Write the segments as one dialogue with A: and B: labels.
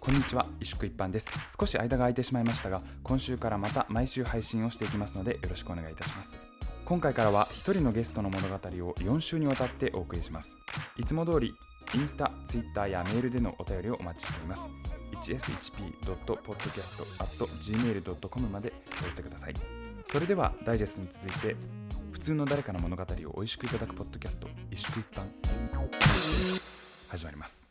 A: こんにちは一宿一般です少し間が空いてしまいましたが今週からまた毎週配信をしていきますのでよろしくお願いいたします今回からは一人のゲストの物語を4週にわたってお送りしますいつも通りインスタ、ツイッターやメールでのお便りをお待ちしています 1s1p.podcast.gmail.com までお寄せくださいそれではダイジェストに続いて普通の誰かの物語を美味しくいただくポッドキャスト一宿一般始まります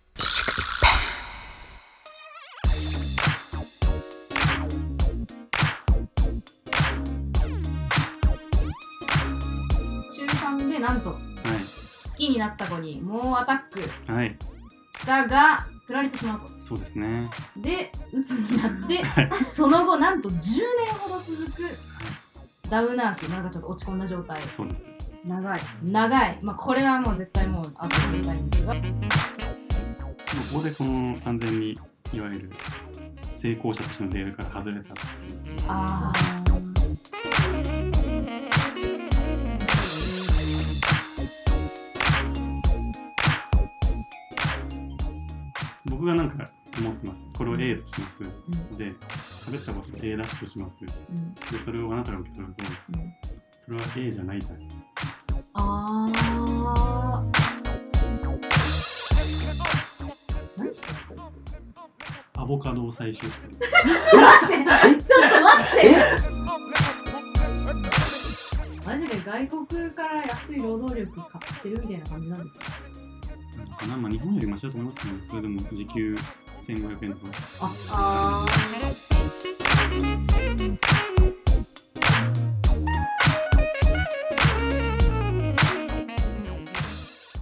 B: 中3でなんと好きになった子に猛アタック
C: はい、はい、
B: したが振られてしまうと
C: そうですね。
B: で鬱になって
C: はい、
B: その後なんと10年ほど続くダウナー期なんかちょっと落ち込んだ状態
C: そうです。
B: 長い長いまあこれはもう絶対もうアウトしていたいんですが
C: ここでこの完全にいわゆる成功者としてのレールから外れたっていう
B: あ
C: 僕がなんか思ってます。これを A とします。
B: ーうん
C: で、喋ったことを A ダッシュとします。で、
B: うん
C: それをあなたが受け取ると、
B: うん
C: それは A じゃないじゃん。
B: ああ何してんの
C: アボカドを採集してる。
B: 待ってちょっと待ってマジで外国から安い労働力買ってるみたいな感じなんですか
C: なんかなまあ、日本よりマシだと思いますけど、それでも時給1500円とか。
B: ああ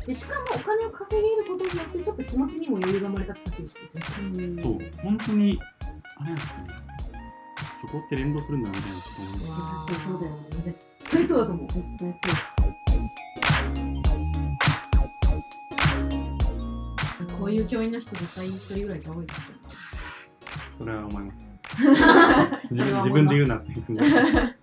B: でしかもお金を稼げることによってちょっと気持ちにも余裕が生まれたってさっき言ってましたね
C: そう、本当に、あれなんですね。そこって連動するんだなみたいな、ちょっと思います。
B: わーそうだよね絶対そうだと思う絶対そうこういう教員の人絶対一人ぐらいいた方がいいですよ
C: それは思い ます。
B: そ
C: 自
B: れ
C: 分
B: は
C: 自
B: 思い
C: 分
B: ます
C: で言うなっていう感じ。は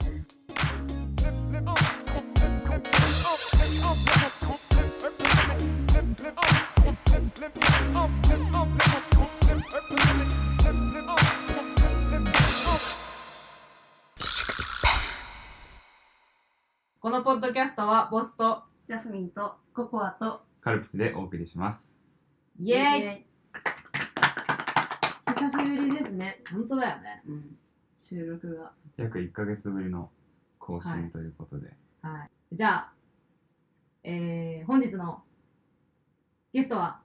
B: このポッドキャストはボスと
D: ジャスミンとココアと
E: カルピスでお送りします。
B: イエーイ
D: イ久しぶりですね、
B: 本当だよね
D: 収録が。
E: 約1ヶ月ぶりの更新ということで、
B: じゃあ、えー、本日のゲストは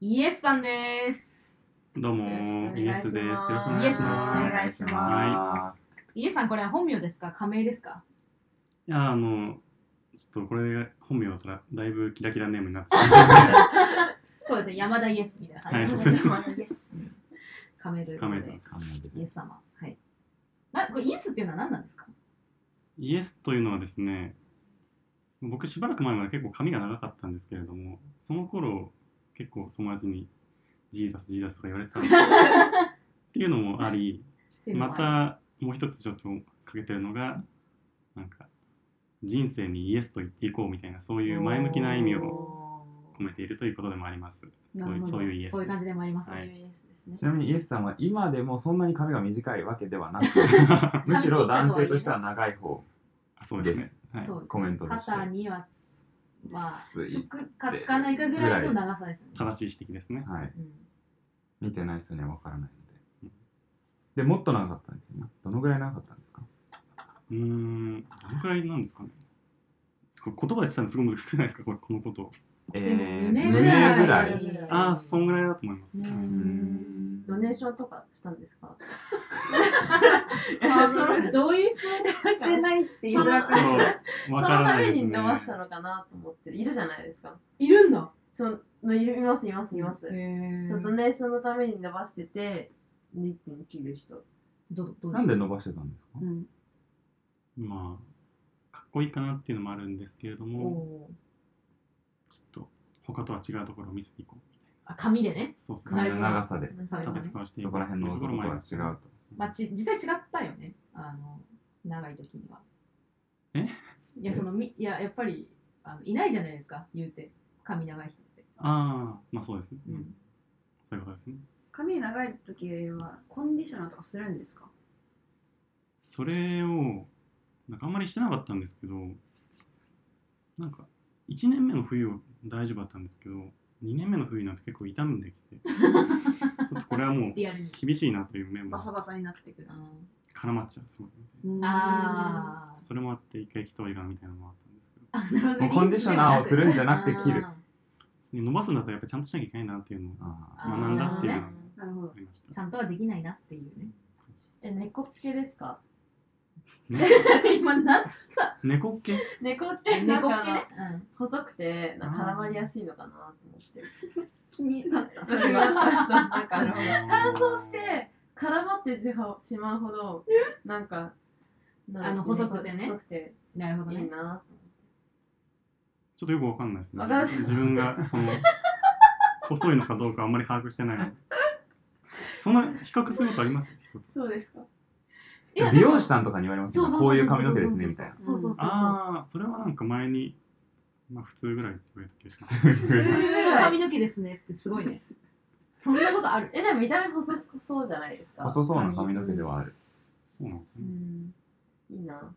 B: イエスさんです
C: どうもー、イエスです。よろしくお願いし
B: イエス
C: ます。
B: お願
D: いし
E: ま
B: イエスさんこれは本名ですか仮名ですか
C: いやー、あの、ちょっとこれ本名だったらだいぶキラキラネームになってしまった
B: そうですね山田イエスみたいな
C: はい
B: 感じ
C: そうです
B: 仮名 ということで
E: カメラ
B: イ
E: で
B: エス様はいなこれイエスっていうのは何なんですか
C: イエスというのはですね、僕しばらく前まで結構髪が長かったんですけれども、その頃結構友達にジーザス、ジーザスとか言われてたんですよっていうのもあり、
B: っていうの
C: ま
B: は
C: たもう一つちょっとかけてるのが、なんか人生にイエスと言っていこうみたいな、そういう前向きな意味を込めているということでもあります。そ
B: な
C: う
B: る
C: い
B: ほ
C: う
B: ど
C: そういうイエス
B: そういう感じで参ります
C: はい
B: そういうイエスで
E: ち
B: すね
E: なみにイエスさんは今でもそんなに髪が短いわけではなく
C: あ
E: むしろ男性としては長い方
C: そうですね。はい。
B: そうですね
E: コメントとして
B: 肩にはつまあ
E: つ
B: つ
E: い
B: くかつかないかぐらいの長さですね
C: 正しい指摘ですね。
E: はい
B: うん
E: 見てない人には分からないのででもっと長かったんですよねどのぐらい長かったんですか
C: うーん、どのくらいなんですかね。これ言葉で伝えるのすごい難しくないですか、これこのこと。
B: でも
E: えー
B: 胸
E: 胸
B: ぐ
E: ぐ
B: らい
E: らい
C: ああ、そんぐらいだと思います。
B: ね
C: はいう
E: ーん
D: ドネーションとかしたんですか
B: あーそれどういう質問ですか
D: してないって言い
C: ちょっ
D: づ
C: と
D: らくない ですかそ
C: わ
D: の
C: から
D: た
C: ない
D: め
C: です
D: に
C: ね。
D: 騙したのかなと思って、いるじゃないですか。
B: いるんだ
D: そのいるいます、います、います。
B: へ
D: そのド
B: ー
D: ネーションのために伸ばしてて、2.9る人。
B: どどう
E: なんで伸ばしてたんですか
D: うん。
C: まあ、かっこいいかなっていうのもあるんですけれども、
B: おー
C: ちょっと他とは違うところを見せていこう。
B: あ紙でね
C: そうです
B: な
E: 髪
B: る
C: ね。
E: の長さで
B: 差別
C: 差
B: 化
C: 別
B: ね
C: 化をしてい
E: そ
C: こ
E: こ
C: う
E: ら辺の
C: ところ
E: 男
C: も
E: と
C: あり
E: は
C: ます
E: 違うと
B: まあ、ち実際違ったよねあの長い時には
C: え
B: いやそのみいややっぱりあのいないじゃないですか言うて髪長い人って
C: ああ、まあそうですね。
B: うん
C: そういうことですね。
D: 髪長い時はコンディショナーとかするんですか
C: それを、なんかあんまりしてなかったんですけど、なんか、1年目の冬は大丈夫だったんですけど、2年目の冬になって結構痛んでき て、ちょっとこれはもう
B: リアルに
C: 厳しいなという面も
D: バサバサになってくる。
C: 絡まっちゃう。そう
B: あ
C: それもあって、一回人をいがみたいなのもあったんですけど、
B: ーなるほど
E: もうコンディショナーをするんじゃなくて切る。
C: 別に伸ばすんだったらやっぱちゃんとしなきゃいけないなっていうのを
E: あ
C: 学んだっていうのが
D: なるほど
C: あ。りまし
B: ちゃんとはできないなっていうね
F: え、猫っけですか
C: た。ね、
B: 今なんつった
C: 猫っけ
F: 猫っけなん
B: 猫
F: か
B: っ
F: あ
B: け
F: の
B: ね、うん、
F: 細くて、なんか絡まりやすいのかなと思って。
D: 気になった。
F: それが、そうなんかあの、 乾
C: 乾
F: 燥して絡まってしまうしまうほど、なんか、なんか
B: あの細くてね
F: 細くて
B: なるほど
F: いい
B: ね
F: な
C: ちょっとよくわかんないですね
F: わかんない。
C: 自分がその細いのかどうかあんまり把握してないので。そんな比較することあります
F: そうですか
B: いや
E: 美容師さんとかに言われます
B: そう
E: よ
B: そうそう
E: こういう髪の毛ですねみたいな
B: そうそうそうそう
C: ああ、それはなんか前に、まあ普通ぐらいって言われた気がします。
B: 普通の髪の毛ですねってすごいねそんなことある
F: え、でも見た目細そうじゃないですか
E: 細そうな髪の毛ではある
C: そうなんです
F: う
C: ね。
F: ん、いいな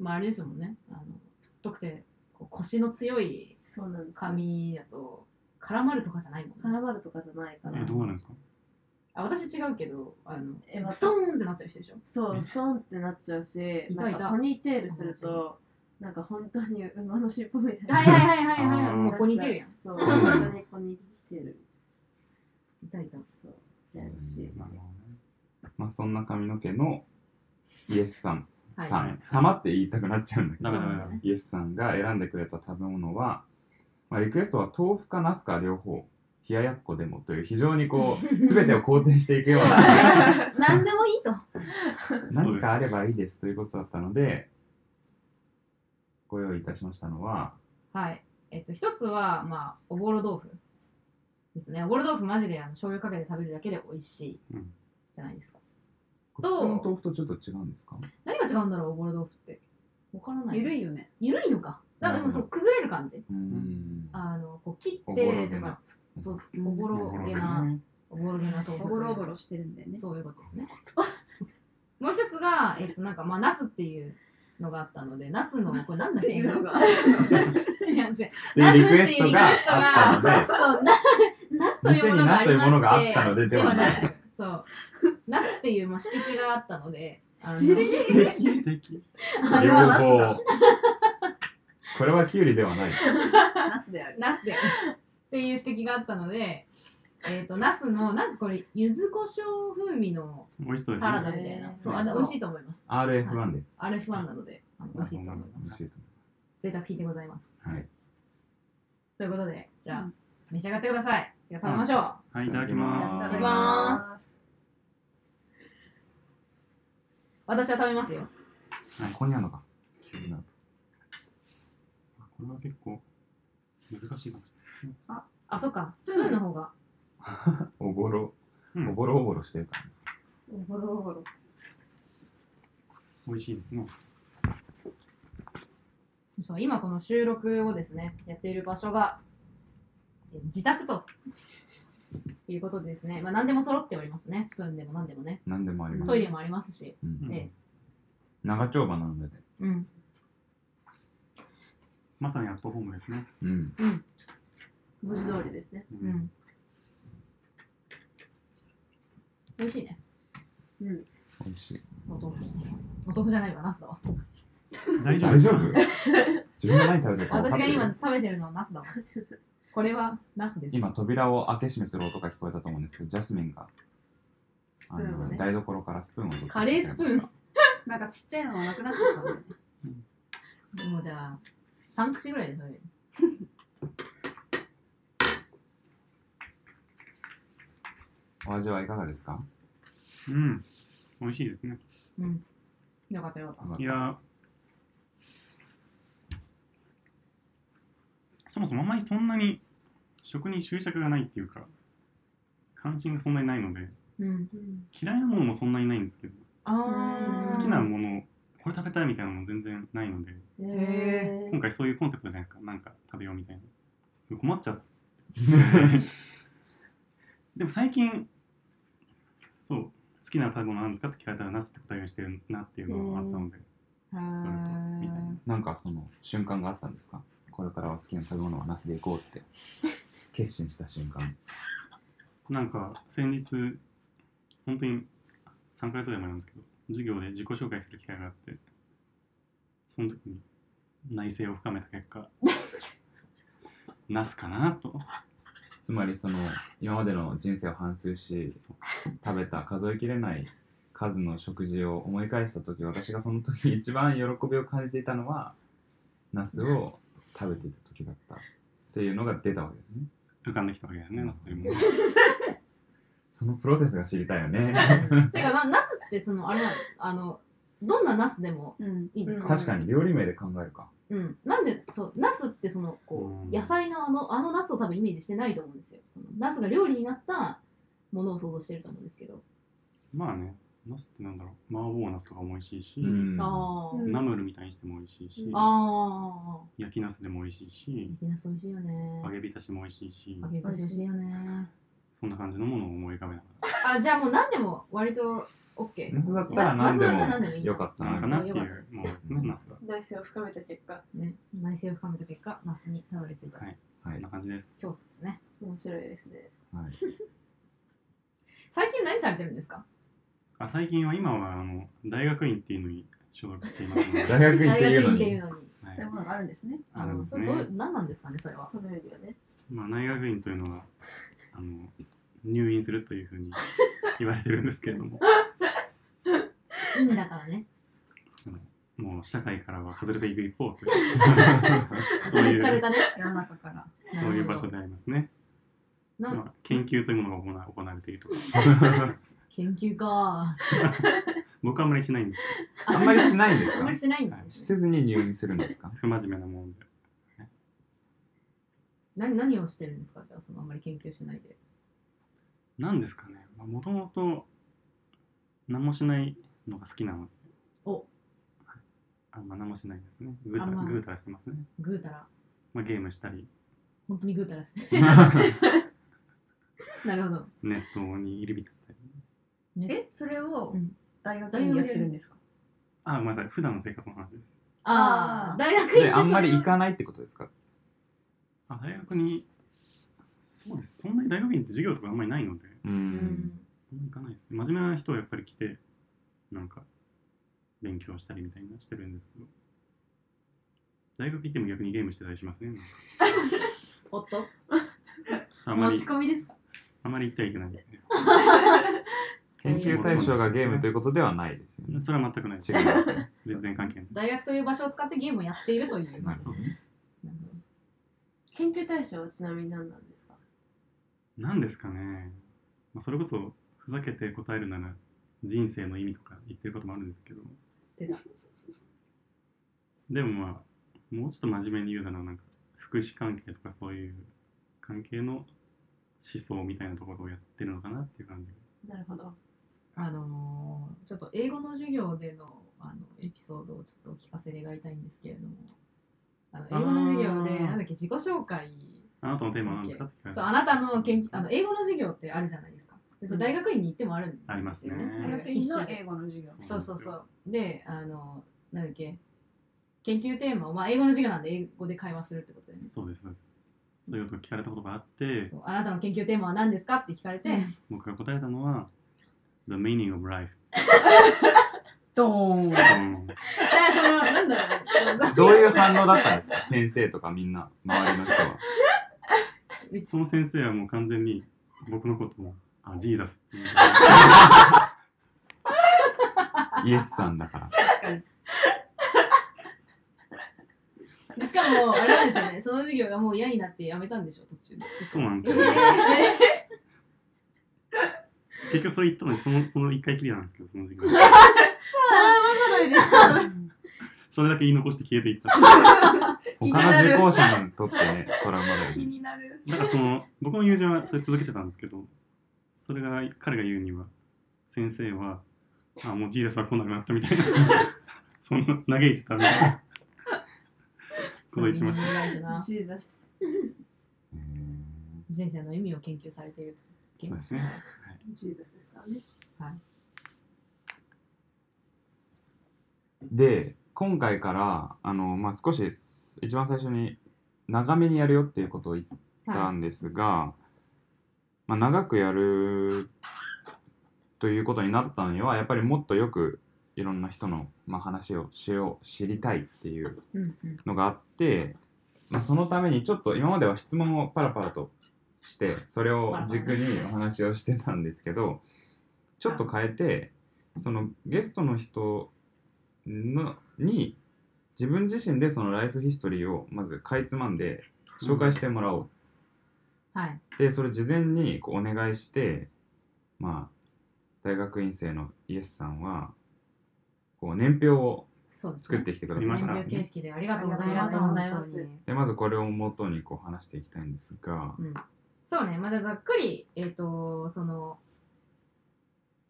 B: まああれですもんねあの太くてこう腰の強い
F: そうなんですよ
B: 髪だと絡まるとかじゃないもんね
F: 絡まるとかじゃないから
C: え、どうなるんですか
B: あ私違うけどあの
F: え私
B: ストーンってなっちゃう人でしょ
F: そうストンってなっちゃうし
B: いた
F: なん
B: いた
F: かポニーテールするとなんか本当に馬の尻尾みたい な
B: はいはいはいはいい
C: は
B: はいい
C: も
B: も
C: う
B: うこにてるやん
F: そう本当にポニーテール
B: いたいた
F: そうやるし
C: なるほ
E: まあそんな髪の毛のイエスさん
B: はい
E: さん様って言いたくなっちゃうんだけ
C: ダ
E: ど
C: メダメダメ。
E: イエスさんが選んでくれた食べ物は、まあ、リクエストは豆腐かナスか両方冷ややっこでもという非常にこう全てを肯定していくような
B: 何でもいいと
E: 何かあればいいですということだったのでご用意いたしましたのは
B: はいえっと一つはまあおぼろ豆腐ですねおぼろ豆腐マジであの醤油かけて食べるだけで美味しい
C: うん
B: じゃないですか
E: 普通
B: と
E: の豆腐とちょっと違うんですか
B: 何が違うんだろうおぼろ豆腐ってわからない
D: ゆるいよね。
B: ゆるいのかなんかでもそう崩れる感じ
E: うーん
B: あのこう切っ
E: おぼろ
B: て
E: げ
B: と
E: な
B: かそう
D: うん
B: おぼ
C: ど。
B: ろげ
C: なるほど
B: な
C: ね
B: おぼろげな豆腐
D: おぼろおぼろしてるんだよね。
B: そういうことですね。 もう一つが、えっと、なんか、まあ、ナスっていうのがあったので、ナスの、これなんだっ
D: っ
B: け
D: ていうの が。
B: いや違う
E: というリクエストがあったので
B: そう、な、ナスというものがありまして
E: 店にナスというものがあったのでではなく
B: ではくそう、ナスっていう、まあ、指摘があったので、あの
D: 指
C: 指摘
B: あれ
E: 両
B: は
E: 方これはキュウリではない
D: ナスである。
B: ナスで、っていう指摘があったので、えっと、ナスの、なんかこれ、柚子胡椒風味の
C: 美味しそうです
B: サ
C: ね。
B: ラダみたいな、
F: そうですね
B: そう、あの、美味しいと思います。
E: RF1 です
B: あれファンなので、あの美味しいと思いま
E: 美
B: す
E: 味。しいと
B: 贅沢品でございます。
E: 思います
B: ということで、じゃあ、
D: う
B: 召し上がってください。じゃあ食べましょう。
C: はい、いただきま
E: い
C: す。
E: ただ
B: き
E: ます
B: 私は食べますよ。
E: はいここにあるのかキュウリの後
C: あこれは結構難しいかもし
B: あ、そっか、スプーンの方が。
E: おぼろ
C: れない。う
E: お
C: ん、
E: ぼろおぼろしてるからね
F: おぼろおぼろ
C: 美味しいですね。
B: そう、今この収録をですね、やっている場所が、え自宅と。いうことでですね、まあ何でも揃っておりますね。スプーンでも何でもね。
E: 何でもあります
B: トイレもありますし。
E: うん
C: うん
B: え
E: 長丁場なので、
B: うん。
C: まさにアットホームですね。
E: うん、
D: 文字通りですね。
B: う。ん。美味しいね。
E: 美味しい。
B: お豆腐。お豆腐じゃないわ、ナスだわ。
C: 大丈夫
E: 大丈夫 自分が何食べてるか
B: 私
E: 分か
B: が
E: ってる
B: 今食べてるのはナスだわ。これはナスです。
E: 今扉を開け閉めする音が聞こえたと思うんですけど、ジャスミンが、
D: スプーンをね。
E: 台所からスプーンを取ってきてく
B: カ
E: れ
B: レ
E: ま
B: ー
E: した
B: スプーン。
D: なんかちっちゃいのがなくなっちゃったんだよね。
B: もうじゃあ、3口ぐらいで食べる。
E: お味はいかがですか
C: うん。美味しいですね。
B: うん。よかったよかっ
C: いやーそもそもあんまりそんなに食に執着がないっていうか関心がそんなにないので
B: た。うん。
C: 嫌いなものもそんなにないんですけど
B: あー。
C: 好きなものこれ食べたいみたいなのも全然ないので
B: へ
C: 今回そういうコンセプトじゃないですかなんか食べようみたいな困っちゃうでも最近そう好きな食べ物なんですかって聞かれたらナスって答えをしてるなっていうのがあったので、
B: へ
C: それと みたいな
B: ー
E: なんかその瞬間があったんですかこれからは好きな食べ物はナスでいこうって決心した瞬間
C: なんか先日本当に3ヶ月ぐらい前なんですけど授業で自己紹介する機会があってその時に内省を深めた結果 ナスかなと
E: つまりその今までの人生を反芻し
C: そう
E: 食べた数えきれない数の食事を思い返した時私がその時一番喜びを感じていたのはナスを食べていた時だったっていうのが出たわけですね
C: 浮かんできたわけですねナスというものが
E: そのプロセスが知りたいよね
B: てかなナスってそのあれなのあのどんなナスでも
F: うん
B: いいんですか
E: 確かに料理名で考えるか
B: うん、なんでそうナスってそのこ
C: うん
B: う野菜のあのあのナスを多分イメージしてないと思うんですよそのナスが料理になったものを想像してると思うんですけど、
C: まあねナスってなんだろう麻婆ナスとかも美味しいし、
E: うん
B: あー、
F: うん
C: ナムルみたいにしても美味しいし、
F: うん
B: ああ
C: 焼きナスでも美味しいし、
B: ーナス美味しいよね
C: 揚げ浸しも美味しいし、
B: 揚げた美味しいよね
C: そんな感じのものを思い浮かべなが
B: あじゃあもう何でも割と OK
E: ナスだったら
B: ナ
E: 何
B: ス
E: で
B: ナスだったら何でも
E: も
B: いい
E: よかった
C: ら、な
E: なん
C: かなっ
B: ん
C: てい
B: よか
C: う
B: ったです
C: ものですね、ナスが。
F: 内省を深めた結果
B: ね内政を深めた結果ナスにたどり着いた
C: はい
E: は
C: こん
E: い
C: な、感じです。
B: 教祖ですね
F: 面白いですね
E: はい、
B: 最近何されてるんですか
C: あ最近は今はあの大学院っていうのに所属していますので、
E: 大
C: はい、
E: 学院っていうの
B: 大学院っていう
E: に
B: のに
F: そういうものがあるんですね
C: あ
B: あ
C: るん
B: の
C: です
B: それどう
C: ね。
B: 何なんですかねそれは
F: この世にはね
C: まあ大学院というのはあの入院するというふうに 言われてるんですけれども、
B: いいんだからね
C: もう社会からは外れていく一方という そ
B: 隔
C: うい
B: 絶され
C: う
B: たね世の中から
C: そういう場所
B: で
C: でありますね。
B: な
C: まあ、研究というものが行わ行われているとか、
B: 研究か
C: 僕はあんまりしないんです
E: あんまりしないんです
B: あんま
E: か
B: りしないんだね、
E: しせずに入院するんですか
C: けど、不真面目なもので。
B: 何何をしてるんですかじゃあそのあんまり研究しないで
C: なんですかね、もともと何もしないのが好きなので、
B: お
C: あんま何もしないですね。ぐうた
B: あん
C: ら
B: ま
C: ぐうたらしてますね。
B: ぐうたら
C: まあ、ゲームし たり、
B: 本当にぐうたらして なるほど
C: ネットに入り浸ったり。
B: ね
D: え、それを
B: うん
D: 大学にやってるんですか
C: あ、ごめんなさい、普段の生活の話です。
B: ああ
D: あー
B: 大学院で
E: であんまり
B: それを
E: 行かないってことですか
C: あ、大学に、そうです、そんなに大学院って授業とかあんまりないので、
E: う
B: うんん
C: あんまり行かないですね。真面目な人はやっぱり来て、なんか、勉強したりみたいなしてるんですけど、大学行っても逆にゲームしてたりしますね。なんか
B: おっと
C: あま
F: 持
C: り
F: ち、込みですか
C: あまり行ってはいけないです。
E: 研究対象がゲームということではないですよね
C: それは全く ないです。
E: 違いますね
C: 全然関係ない。
B: 大学という場所を使ってゲームをやっているという
E: な
B: ま
E: る
B: ず
E: ほどね
B: なるほど
F: 研究対象はちなみに何なんですか
C: 何ですかね、まあ、それこそふざけて答えるなら人生の意味とか言ってることもあるんですけど
B: 出た
C: でもまあもうちょっと真面目に言うならなんか福祉関係とかそういう関係の思想みたいなところをやってるのかなっていう感じ
F: なるほど
B: あのーちょっと英語の授業でのあのエピソードをちょっとお聞かせ願いたいんですけれどもあの英語の授業で
C: あー
B: なんだっけ自己紹介
C: あなたのテーマは何ですかって聞かれ
B: そう
C: た
B: あなたの研究あの英語の授業ってあるじゃないですかでそう
F: うん
B: 大学院に行ってもあるんですよね、
C: ありますね
B: それが
D: 大学院
B: 必
D: の
B: 修
D: 英
B: で
D: 語の授業
B: そうそう
C: そ
B: そううであのなんだっけ研究テーマを、まあ、英語の授業なんで英語で会話するってことです、
C: そうですそうですそういうことを聞かれたことがあって
B: そうあなたの研究テーマは何ですかって聞かれて、
C: 僕が答えたのは「The meaning of life
D: ドーン」
B: だからそのなんだろう
E: どういう反応だったんですか 先生とかみんな周りの人は
C: うんその先生はもう完全に僕のことも「あジーザス」って言うんです
E: イエスさんだから
D: 確かに
B: でしかもあれなんですよねその授業がもう嫌になってやめたんでしょ途中で
C: そうなんですよ。結局そう言ったのに、その、その一回きりなんですけど、その時間。
F: トラウマじゃないですか
C: それだけ言い残して消えていった。
D: 気に
E: 他の
D: なる
E: 受講者にとってねトラウマだよ
D: 気
E: ね
D: になる
C: だからその、僕の友人はそれ続けてたんですけど、それが、彼が言うには、先生は、あ、もうジーダスは来なくなったみたいな。 そんな、嘆いてたみたいな。こと言ってました。
B: た
F: ジーザス
E: うーん
B: 人生の意味を研究されているけ
C: そうですね。
F: ジーザスですからね。
E: で今回からあの、まあ、少し一番最初に長めにやるよっていうことを言った
B: は
E: んですが、まあ、長くやるということになったのにはやっぱりもっとよくいろんな人の、まあ、話をしよう知りたいっていう
B: い。うんうん。
E: のがあって、まあ、そのためにちょっと今までは質問をパラパラとしてそれを軸にお話をしてたんですけどちょっと変えてそのゲストの人のに自分自身でそのライフヒストリーをまずかいつまんで紹介してもらおう
B: はい。
E: でそれ事前にこうお願いしてまあ大学院生のイエスさんはこう年表を
B: そうです、ね。
E: 作ってきてください
C: き
E: ま
C: ま
E: し
C: したた
B: 年
E: ね
B: 表形式でありがとうございます。
F: ありがとうござい
B: 本
F: ます
B: 当に
E: でまずこれを元にこう話していきたいんですが、
B: うん、そうね、まだざっくり、えっ、と、その、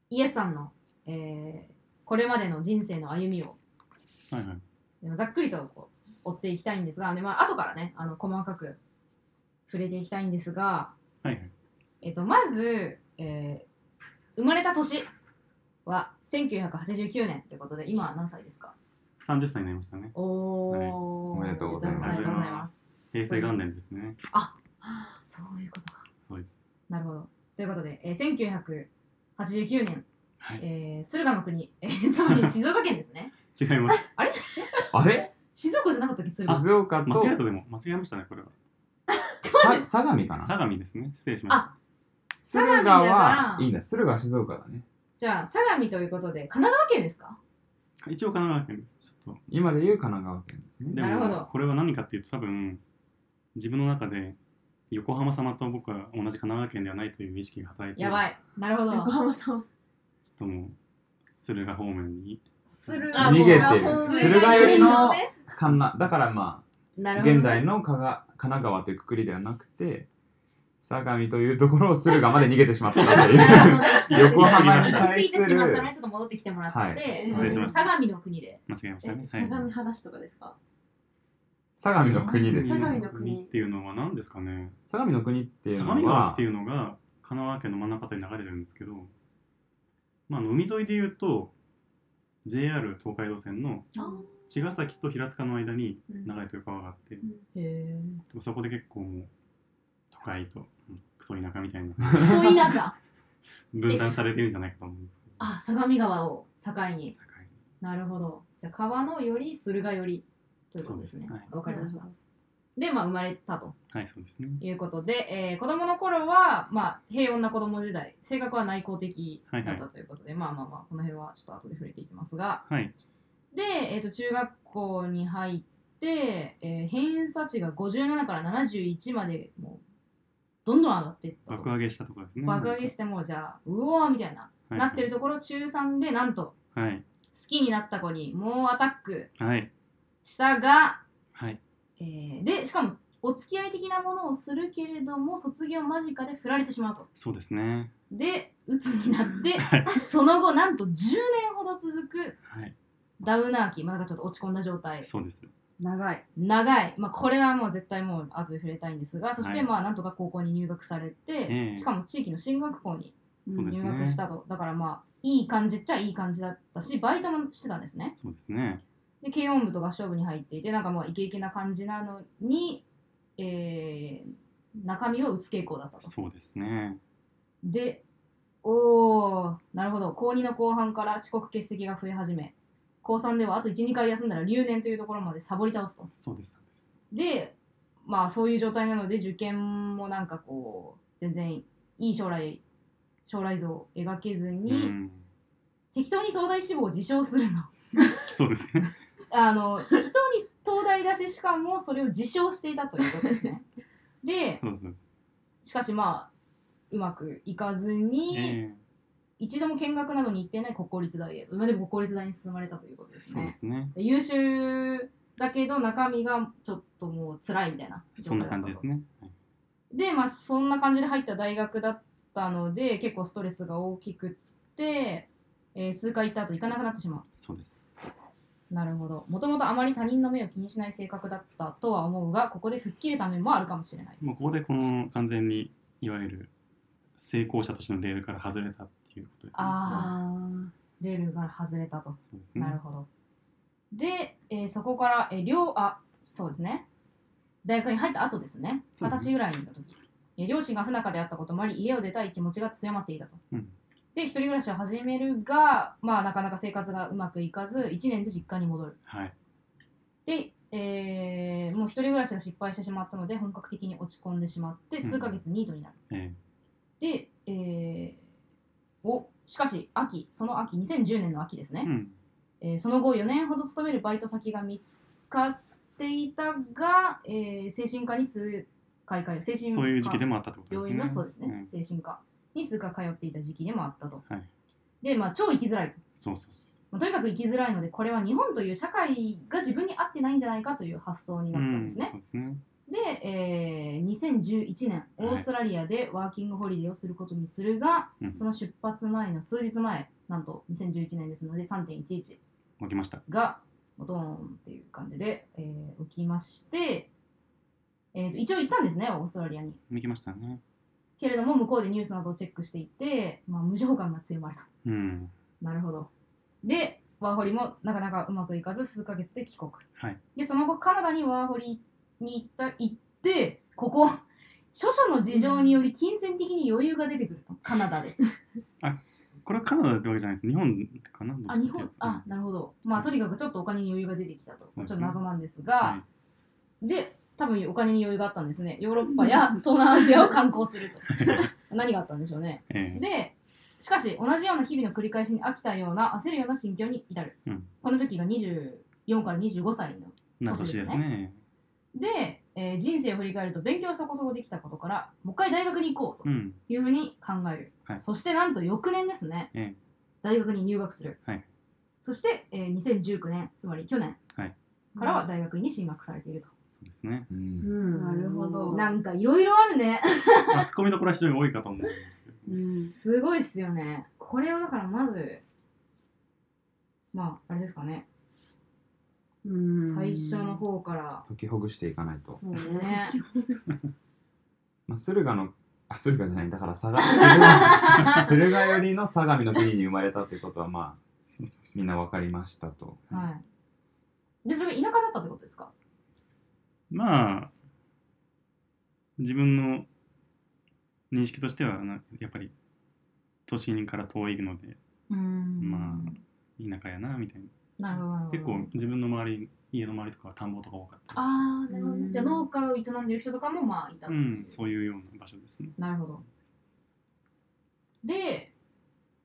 B: イエスさんの、えーこれまでの人生の歩みを、
C: はいはい。
B: ざっくりとこう追っていきたいんですが、でまあ後からね、あの細かく触れていきたいんですが、
C: はいはい。
B: えっ、と、まず、えー生まれた年は1989年ということで、今は何歳ですか
C: 30歳になりましたね。
B: おお、
C: はい
E: おめでとうございます
B: おめでとうございます。
C: 平成元年ですね。
B: そういうことか。
C: そうです。
B: なるほど。ということで、えー、1989年、
C: はい。
B: えー、駿河の国、えー、つまり静岡県です ね。
C: 違います。
E: あれ
B: 静岡じゃなかったっけ、駿河。
E: 静岡
C: 間
E: と
C: 違えたでも、間違えましたね、これは。
E: さ相模かな
C: 相模ですね。失礼しました。
E: 駿
B: 相模だ
E: 河
B: から
E: はいいんだ駿河は静岡だね
B: じゃあ、相模ということで、神奈川県ですか
C: 一応神奈川県です。ちょっと。
E: 今でいう神奈川県ですね
C: で
B: なるほど
C: も、これは何かっていうと、多分、自分の中で、横浜様と僕は同じ神奈川県ではないという意識が働いて、
B: やばい。なるほど。
F: 横浜さ
C: ちょ
F: ん。
C: っともう、駿河方面に。
F: 駿
B: あ
E: 逃げてる
B: もう
E: 駿河寄りの
B: ね
E: 神奈だからま
B: な
E: あ
B: るほどね
E: 現代のかが神奈川というくくりではなくて相模というところを駿河まで逃げてしまったとい
B: な
E: う
B: るほど
E: 横浜
B: 行き
E: に
B: 過
E: 対
B: ぎ
E: す
B: てしまったの
E: る
B: で、ちょっと戻ってきてもらって、
E: はい
C: 失礼しました
B: 相模の国で。
C: 間違えましたね
F: え、。
C: はい
F: 相模原市とかですか
E: 相模の国です
F: 相模
E: ね
F: の国
C: っていうのは何ですかね
E: 相模の国っていう
C: 相模
E: の
C: 川っ
E: は
C: ていうのが神奈川県の真ん中あたりに流れてるんですけど、まあ、あの海沿いで言うと JR 東海道線の
B: あ
C: 茅ヶ崎と平塚の間に流れてる川があっ て、
B: へえ。
C: そこで結構もう都会と、うんクソ田舎みたい な
B: クソ田舎。
C: 分断されてるんじゃないかと思うんですけど
B: あ、相模川を境に。
C: 境
B: なるほど。じゃあ、川のより、駿河より。ということですね
C: そうです。
B: わ、かりました。で、まあ、生まれたと。
C: にはいそうですね
B: いうことで、えー子供の頃は、まあ、平穏な子供時代性格は内向的だったということで、まあまあまあこの辺はちょっと後で触れていきますが
C: はい
B: で、えー、と中学校に入って、えー偏差値が57から71までもうどんどん上がっていったと
C: 爆上げしたところですね
B: 爆上げしてもうじゃあうおーみたいな、
C: はい
B: なってるところ中3でなんと
C: はい
B: 好きになった子に猛アタック
C: はい
B: したが
C: はい
B: えーでしかもお付き合い的なものをするけれども卒業間近で振られてしまうと
C: そうですね
B: で鬱になって
C: はい
B: その後なんと10年ほど続く
C: はい
B: ダウナー期まあなんかちょっと落ち込んだ状態
C: そうです
D: 長い。
B: 長い、まあ、これはもう絶対もう後で触れたいんですがそし
C: は
B: て
C: い
B: まあなんとか高校に入学されて、
C: ええ
B: しかも地域の進学校に
C: そうです
B: 入
C: ね
B: 学したと、だからまあいい感じっちゃいい感じだったしバイトもしてたんですね
C: そうですね
B: で軽音部と合唱部に入っていてなんかもうイケイケな感じなのに、えー中身は鬱傾向だったと
C: そうですね
B: でおーなるほど高2の後半から遅刻欠席が増え始め高3ではあと12回休んだら留年というところまでサボり倒すと
C: そうですそうです
B: でまあそういう状態なので受験もなんかこう全然いい将来将来像を描けずに、
C: うん
B: 適当に東大志望を自称するの
C: そうですね
B: あの適当に東大だししかもそれを自称していたということです ねで
C: そうですそうです
B: しかしまあうまくいかずに、
C: ええ
B: 一度も見学などに行っていない国公立大へ、まあ、でも国公立大に進まれたということです
C: そうで
B: ね。
C: すね。
B: で優秀だけど中身がちょっともう辛いみたいな
C: そんな感じです
B: ね。
C: ね。はい
B: で、まあ、そんな感じで入った大学だったので結構ストレスが大きくって、えー数回行った後行かなくなってしま
C: そうです。
B: う。なるほど。もともとあまり他人の目を気にしない性格だったとは思うがここで吹っ切れた面もあるかもしれない。
C: もうここでこの完全にいわゆる成功者としてのレールから外れたっていうことですね。
B: あーレールが外れたと。
C: そうですね
B: なるほど。で、えーそこから、えー両あそうですね大学に入った後ですね
C: そう
B: 二十
C: ですね
B: 歳ぐらいの時、えー両親が不仲であったこともあり家を出たい気持ちが強まっていたと。
C: うん
B: で一人暮らしを始めるが、まあ、なかなか生活がうまくいかず1年で実家に戻る。
C: はい。
B: で、えーもう一人暮らしが失敗してしまったので本格的に落ち込んでしまって
C: うん
B: 数ヶ月ニートになる。
C: ええ
B: で、えーおしかし秋その秋2010年の秋ですね、
C: うん。
B: えーその後4年ほど勤めるバイト先が見つかっていたが、えー精神科に数回通う精神科
C: そういう時期でもあったってことですね。
B: 病院のそうですね、
C: ん
B: 精神科に数回通っていた時期でもあったと、
C: はい
B: でまあ超生きづらいと、
C: そうそうそ
B: まあとにかく生きづらいのでこれは日本という社会が自分に合ってないんじゃないかという発想に
C: う。
B: なったんですね、
C: そうですね。
B: で、えー2011年
C: はい
B: オーストラリアでワーキングホリデーをすることにするが、
C: うん
B: その出発前の数日前なんと2011年ですので3.11
C: 起きました。
B: がもうドーンっていう感じで、えー起きまして、えーと一応行ったんですねオーストラリアに
C: 起きましたね。
B: けれども向こうでニュースなどをチェックしていて、まあ、無情感が強まると
C: うん。
B: なるほどでワーホリもなかなかうまくいかず数ヶ月で帰国、
C: はい
B: でその後カナダにワーホリに行った行ってここ諸々の事情により金銭的に余裕が出てくるとカナダ で
C: これはカナダってわけじゃないです。日本かな。
B: あ日本あなるほどまあとにかくちょっとお金に余裕が出てきたとち
C: そ
B: ょ
C: う
B: っ
C: です
B: と
C: ね
B: 謎なんですが、
C: は
B: で多分お金に余裕があったんですねヨーロッパや東南アジアを観光すると 何があったんでしょうね
C: い。ええ
B: でしかし同じような日々の繰り返しに飽きたような焦るような心境に至る、
C: うん
B: この時が24から25歳の
C: な年ですね。
B: で、えー人生を振り返ると勉強はそこそこできたことからもう一回大学に行こうと
C: うん。
B: いうふうに考える、
C: はい
B: そしてなんと翌年ですね、
C: ええ
B: 大学に入学する、
C: はい
B: そして、えー2019年つまり去年
C: はい
B: からは大学院に進学されていると、
C: そうですね。
E: う
D: ん
E: ん
F: なるほど
B: なんかいろいろあるね
C: マスコミどころは非常に多いかと思うんですけど。
D: うん
B: すごいっすよね。これをだからまず、まあ、あれですかね、
D: うん
B: 最初の方から、
E: 解きほぐしていかないと。
D: そうね
B: ね、
E: まあ、駿河の、あ、駿河じゃない、だか ら相模、駿 河駿河寄りの相模の国に生まれたということは、まあ、
C: そうそうそ
E: みんなわかりましたと。
B: はい。で、それが田舎だったってことですか
C: う。まあ。自分の。認識としては、なやっぱり。都心から遠いので、
B: うん
C: ま田舎やなみたいな。
B: あ、なるほど。
C: 結構、自分の周り、家の周りとかは田んぼとか多かったです。
B: ああ、なるほ
D: う
B: ど。
D: ん
B: じゃあ、農家を営んでる人とかも、まあ、いたって
C: う
B: い
C: ん、そういうような場所ですね。
B: なるほど。で、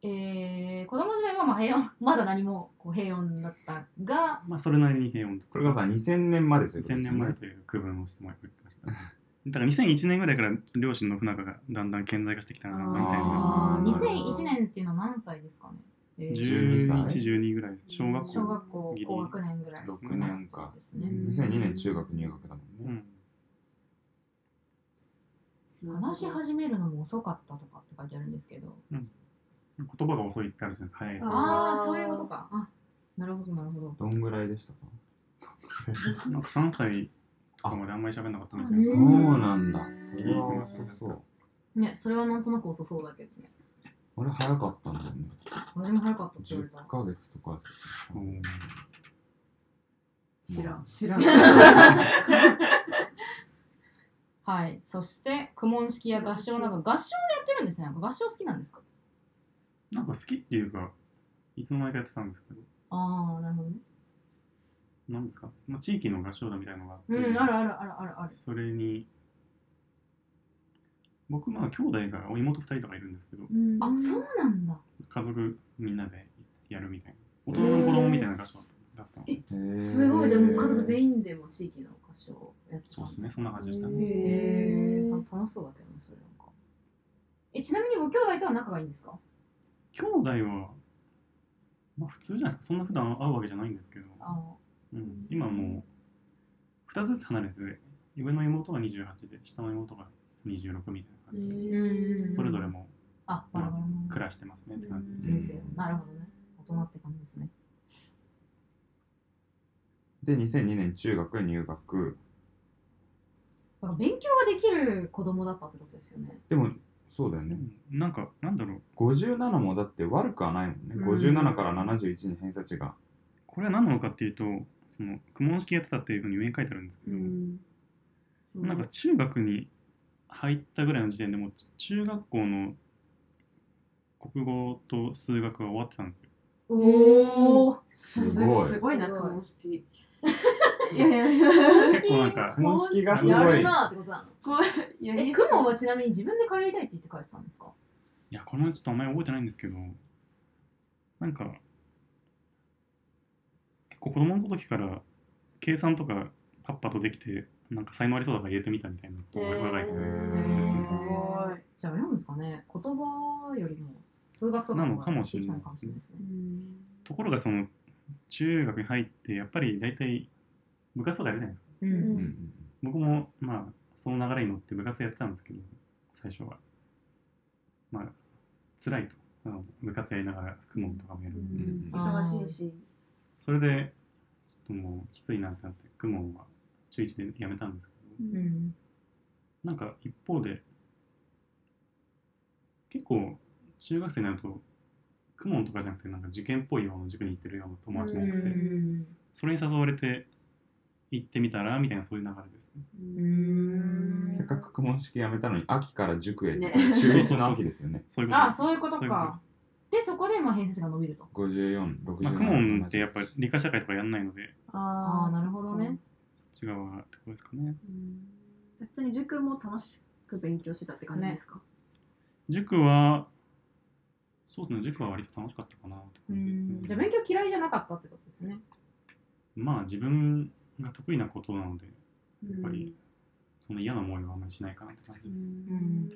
B: えー、子供時代はまあ平穏、 まだ何もこう平穏だったが、
C: まあ、それなりに平穏と。
E: これがまあ2000年までということ
C: 2000
E: ですよ
C: 年前
E: ね。
C: という区分をしてもらいました。だから2001年ぐらいから両親の不仲がだんだん顕在化してきたな、みたいな。
B: あ
E: あ
B: ー
E: ー
B: 2001年っていうのは何歳ですかね、えー
C: 11、
E: 12歳
C: 12ぐらい。小学
B: 小
C: 校。
B: 学校
C: ギリ
B: 高学年ぐらい
E: 6年か
B: ですね。
E: 2002年中学入学だもん
C: う
E: ね。
C: ん。
B: 話し始めるのも遅かったとかって書いてあるんですけど。
C: 言葉が遅いってあるじゃん。早い。
F: あ
B: あ
F: ー
B: あ、そういうことか。あなるほど、なるほど。
E: どんぐらいでしたか
C: なんか3歳とかまであんまり喋んなかったみたい
B: うん
C: な。
E: そうなんだ。
B: うん
E: それは遅そう。
B: ね、それはなんとなく遅そうだけどね。
E: 俺早かったんだよね。
B: 私も早かったって言わ
E: 10
B: れた。
E: ヶ月とか。
C: うん
D: 知らん
F: 知らない。
B: はい。そして、苦問式や合唱など、合唱もやってるんですね。合唱好きなんですか
C: なんか好きっていうか、いつの間にかやってたんですけど、
B: ああ、なるほどね。
C: なんですか、まあ、地域の合唱団みたいなのがあって、
B: うん、あるあるあるあるある。
C: それに、僕、まあ、兄弟が、お妹2人とかいるんですけど、
B: あ、そうなんだ。
C: 家族みんなでやるみたいな大人の子供みたいな合唱だったので、
B: すごい。じゃあもう家族全
E: 員。
B: 員でも地域の歌唱をやってた
C: そ
B: ん
C: う
B: だ
C: ですねそんな感じでした
F: へ
C: ね
F: ー
B: へえ、楽しそうだけどね、それなんか。え、ちなみにご兄弟とは仲がいいんですか
C: 兄弟はまあ普通じゃないですかそんな普段会うわけじゃないんですけど、
B: あの
C: うん、今もう2つずつ離れてて上の妹が28で下の妹が26みたいな感じで、
B: うん
C: それぞれも
B: あ、バラバラの
C: 暮らしてますねって感じです、
B: 人生。なるほどね。大人って感じですね。
E: で、2002年中学入学。
B: だから勉強ができる子供だったってことですよね。
E: でも、そうだよ
C: う
E: ね。
C: んなんか、なんだろう。
E: 57もだって悪くはないもんね。
B: うん
E: 57から71に偏差値が。
C: これは何なのかっていうと、その、苦問式やってたっていうふうに上に書いてあるんですけ
D: う
C: ど、
D: ん。そう
C: なんか中学に入ったぐらいの時点でもう中学校の国語と数学が終わってたんですよ。
B: おお。
E: す
F: す
E: ごい。
F: すごいな、
B: すごい
F: 公式。いやいやいや。
C: 結構なんか
E: 公式がすごい
B: やるなってことなの。
F: こういや
B: え、
F: イエス
B: 雲はちなみに自分で通いたいって言って帰ってたんですか
C: いや、このちょっとあんまり覚えてないんですけど、なんか、結構子供の時から計算とかパッパとできて、なんか才能ありそうだから入れてみたみたいなことを考えて
E: へ
C: て、
E: ー
F: すごい。
B: じゃあ、あれなんですかね、言葉よりも数学とか
C: なのかもしれない
B: のかもしれないですね。
C: ところがその、中学に入って、やっぱり大体部活とかやるじゃないですか。
B: う
E: うん
B: ん
E: うんうん
C: 僕も、まあ、その流れに乗って部活やってたんですけど、最初は。まあ、辛いと。あの部活やりながら、公文とかもやる。
E: ん
F: 忙しいし。
C: それで、ちょっともうきついなってなって、公文は中1でやめたんですけ
B: う
C: ど、
B: ん。
C: なんか一方で、結構中学生になると、公文とかじゃなくて、なんか受験っぽいような塾に行ってるような友達
B: う
C: も多くて、
B: ん。
C: それに誘われて行ってみたら、みたいなそういう流れですね。
B: うん
E: せっかく公文式やめたのに、秋から塾へって、
F: ね
E: 中一の秋ですよね。
C: そういうこと
B: あ、
C: です。
B: そういうこと
C: そういうこと
B: か。で、そこで、まあ、偏差値が伸びると。
E: 54、67。
C: まあ、公文ってやっぱり理科社会とかやんないので、
B: あ
F: あ
B: あ、なるほどね。。
C: そっち側ってことですかね。
F: うん普通に塾も楽しく勉強してたって感じですか、
C: 塾は、そうですね、塾は割と楽しかったかなって
B: う
C: 感じです
B: ん。。
C: ね
B: じゃあ、勉強嫌いじゃなかったってことですね。
C: まあ自分が得意なことなので、
F: や
C: やっぱりそんな嫌な思いはあんまりしないかなって感じ。
B: ん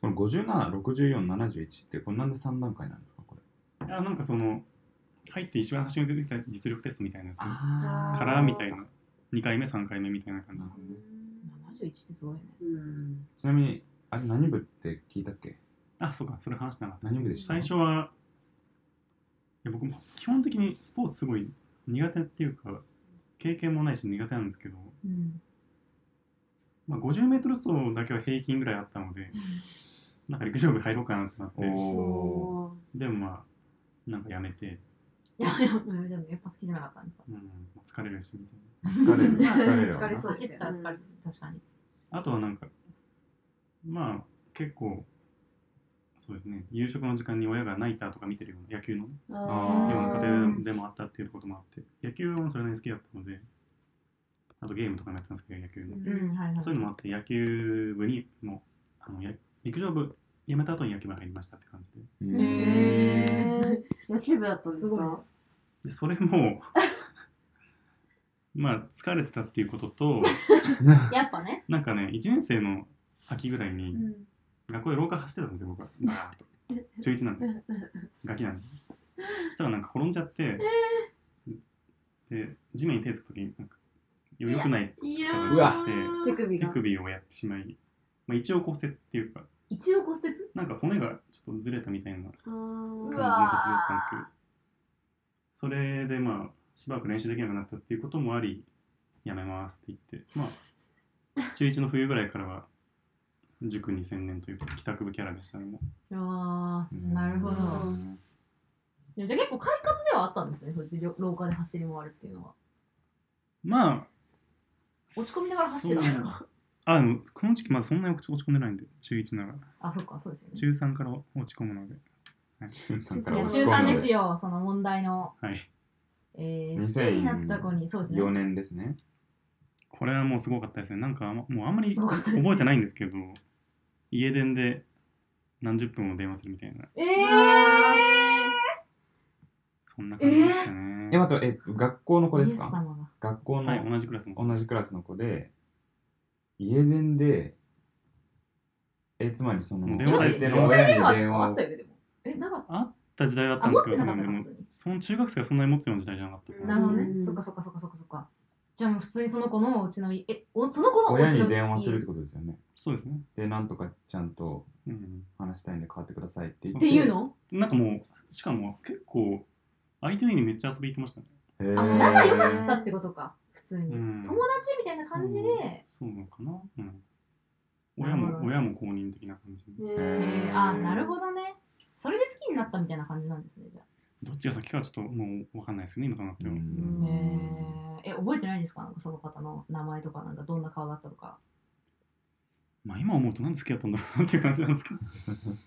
E: この57、64、71って、これなんで3段階なんですかこれ。
C: いやなんかその、入って一番初めに出てきた実力テストみたいなやつか
F: あー
C: らみたいな、2回目、3回目みたいな感じ
E: なるほどね
B: 71ってすごいね。
D: うん。
E: ちなみに、あれ何部って聞いたっけ
C: あ、そうか、それ話してなかった。
E: 何部でした
C: 最初は、いや僕も基本的にスポーツすごい苦手っていうか、経験もないし苦手なんですけど、
B: うん。
C: まあ、50メートル走だけは平均ぐらいあったので、なんか陸上部入ろうかなってなって、
E: おー。
F: お
C: でもまあ、なんかやめて、
B: いや、いや、でもやっぱ好きじゃなかったんですか。
C: うん、疲れるしみたいな。
E: 疲 れる。疲れるわ
F: 疲れ
E: な
F: そう
B: 走ったら疲れる。確かに。
C: あとはなんか、まあ結構、そうですね、夕食の時間に親がナイターとか見てるような野球のね
F: ー
E: あ
C: ような
B: ー
C: 家庭でもあったっていうこともあって、野球はそれなりに好きだったので、あとゲームとかもやったんですけど、野球の。
B: うん、はいはい。
C: そういうのもあって、野球部にも、あのや陸上部辞めた後に野球部入りましたって感じで。
E: うん
B: へー
F: 野球部だったんです
B: すごい
F: か
C: でそれも、 まあ疲れてたっていうことと、
B: やっぱね。
C: なんかね、1年生の秋ぐらいに、
F: ん
C: 学校で廊下走ってたんですよ、僕は。バーッと中1なんで。ガキなんで。そしたらなんか転んじゃって、で、地面に手つくときに、なんか、よよくない
F: いや
C: ー
E: うわ
F: 手首
C: 手
F: が
C: 首をやってしまい、まあ、一応骨折っていうか、
B: 一応骨折
C: なんか骨がちょっとずれたみたいな感じ
F: あー
B: う
C: の骨折
B: わ
C: だったんですけど、それでまあ、しばらく練習できなくなったっていうこともあり、やめますって言って、ま あ、中1の冬ぐらいからは、塾に専念というか、帰宅部キャラでしたね。もう
B: ああ、なるほど。
E: うん
B: でもじゃあ結構快活ではあったんですね、そうやってろ廊下で走り回るっていうのは。
C: まあ、
B: 落ち込みながら走ってたんですか
C: そうあ、でもこの時期まだそんなに落ち込んでないんで、中1なら。
B: あ、そっか、そうですよね。
C: 中3から落ち込むので。
E: 中3か
B: い
E: ら
B: や
E: 落
B: 中
E: ち込
B: 3
E: むの
B: です
E: で
B: よ、その問題の。
C: はい。
B: えー、好
E: 2004
B: きになった子に、そうですね
E: 4。年ですね。
C: これはもうすごかったですね。なんかあんま、もうあんまり
B: すごかったですね
C: 覚えてないんですけど、家電で何十分も電話するみたいな、
B: え
C: そんな感じでしたね。
E: え、待って、え、学校の子
B: ー、
E: で
B: イエ
E: す
B: ス
E: か
B: 様が。
E: 学校
C: はい、
E: の
C: 同じクラスの。
E: 同じクラスの子で、家電で、え、つまりその、
C: 電話
E: 相
C: で
E: 手
B: 携
E: の
B: 帯電
E: 親に
B: 話
E: 電
B: は
E: 話
B: あ
E: を
B: った。よね、でも。え、なかった。
C: あった時代だったんですけど、
B: あ持ってなかった
C: でも
B: 普通に
C: その中学生がそんなに持つような時代じゃなかったか
B: な
C: な。
B: るほどね。
F: うん
B: そっかそっかそっかそっかそっか。じゃあもう普通にその子のお家のい、え、おその子のお家の
E: 親に電話するってことですよね。
C: そうですね。
E: で、なんとかちゃんと
C: うん。
E: 話したいんで変わってくださいって言っ。
B: ってていうの
C: なんかもう、しかも結構、相手の家にめっちゃ遊び行ってましたね。
E: へ
B: あ、
E: ー
B: 仲良かったってことか、普通に。
C: うん
B: 友達みたいな感じで、
C: そうなのかなうん。親も公認的な感じ。
F: ね
B: え
A: へ
B: ー、あーなるほどねそれで好きになったみたいな感じなんですねじゃあ
C: どっちが先かはちょっともうわかんないですよね、今となっては。
E: ん
B: えー、え覚えてないんですかなんかその方の名前とかなんかどんな顔だったとか
C: まあ今思うと何で付き合ったんだろうなっていう感じなんですか。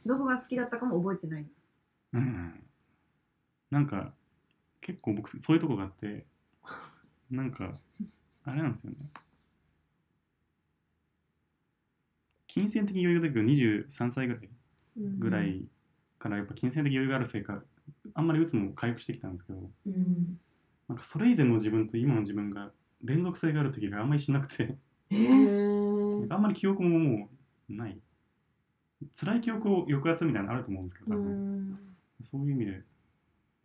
G: どこが好きだったかも覚えてない。
C: うん。なんか、結構僕、そういうとこがあって、なんか、あれなんですよね。金銭的余裕だけど23歳ぐらいぐらいからやっぱ金銭的余裕があるせいかあんまり打つのも回復してきたんですけど
B: うん
C: なんかそれ以前の自分と今の自分が連続性がある時があんまりしなくて
B: え
F: へ
B: ー、
F: ー
C: あんまり記憶ももうない辛い記憶を抑圧みたいなのあると思うんですけ
F: う
C: ど、多分
F: ん
C: そういう意味で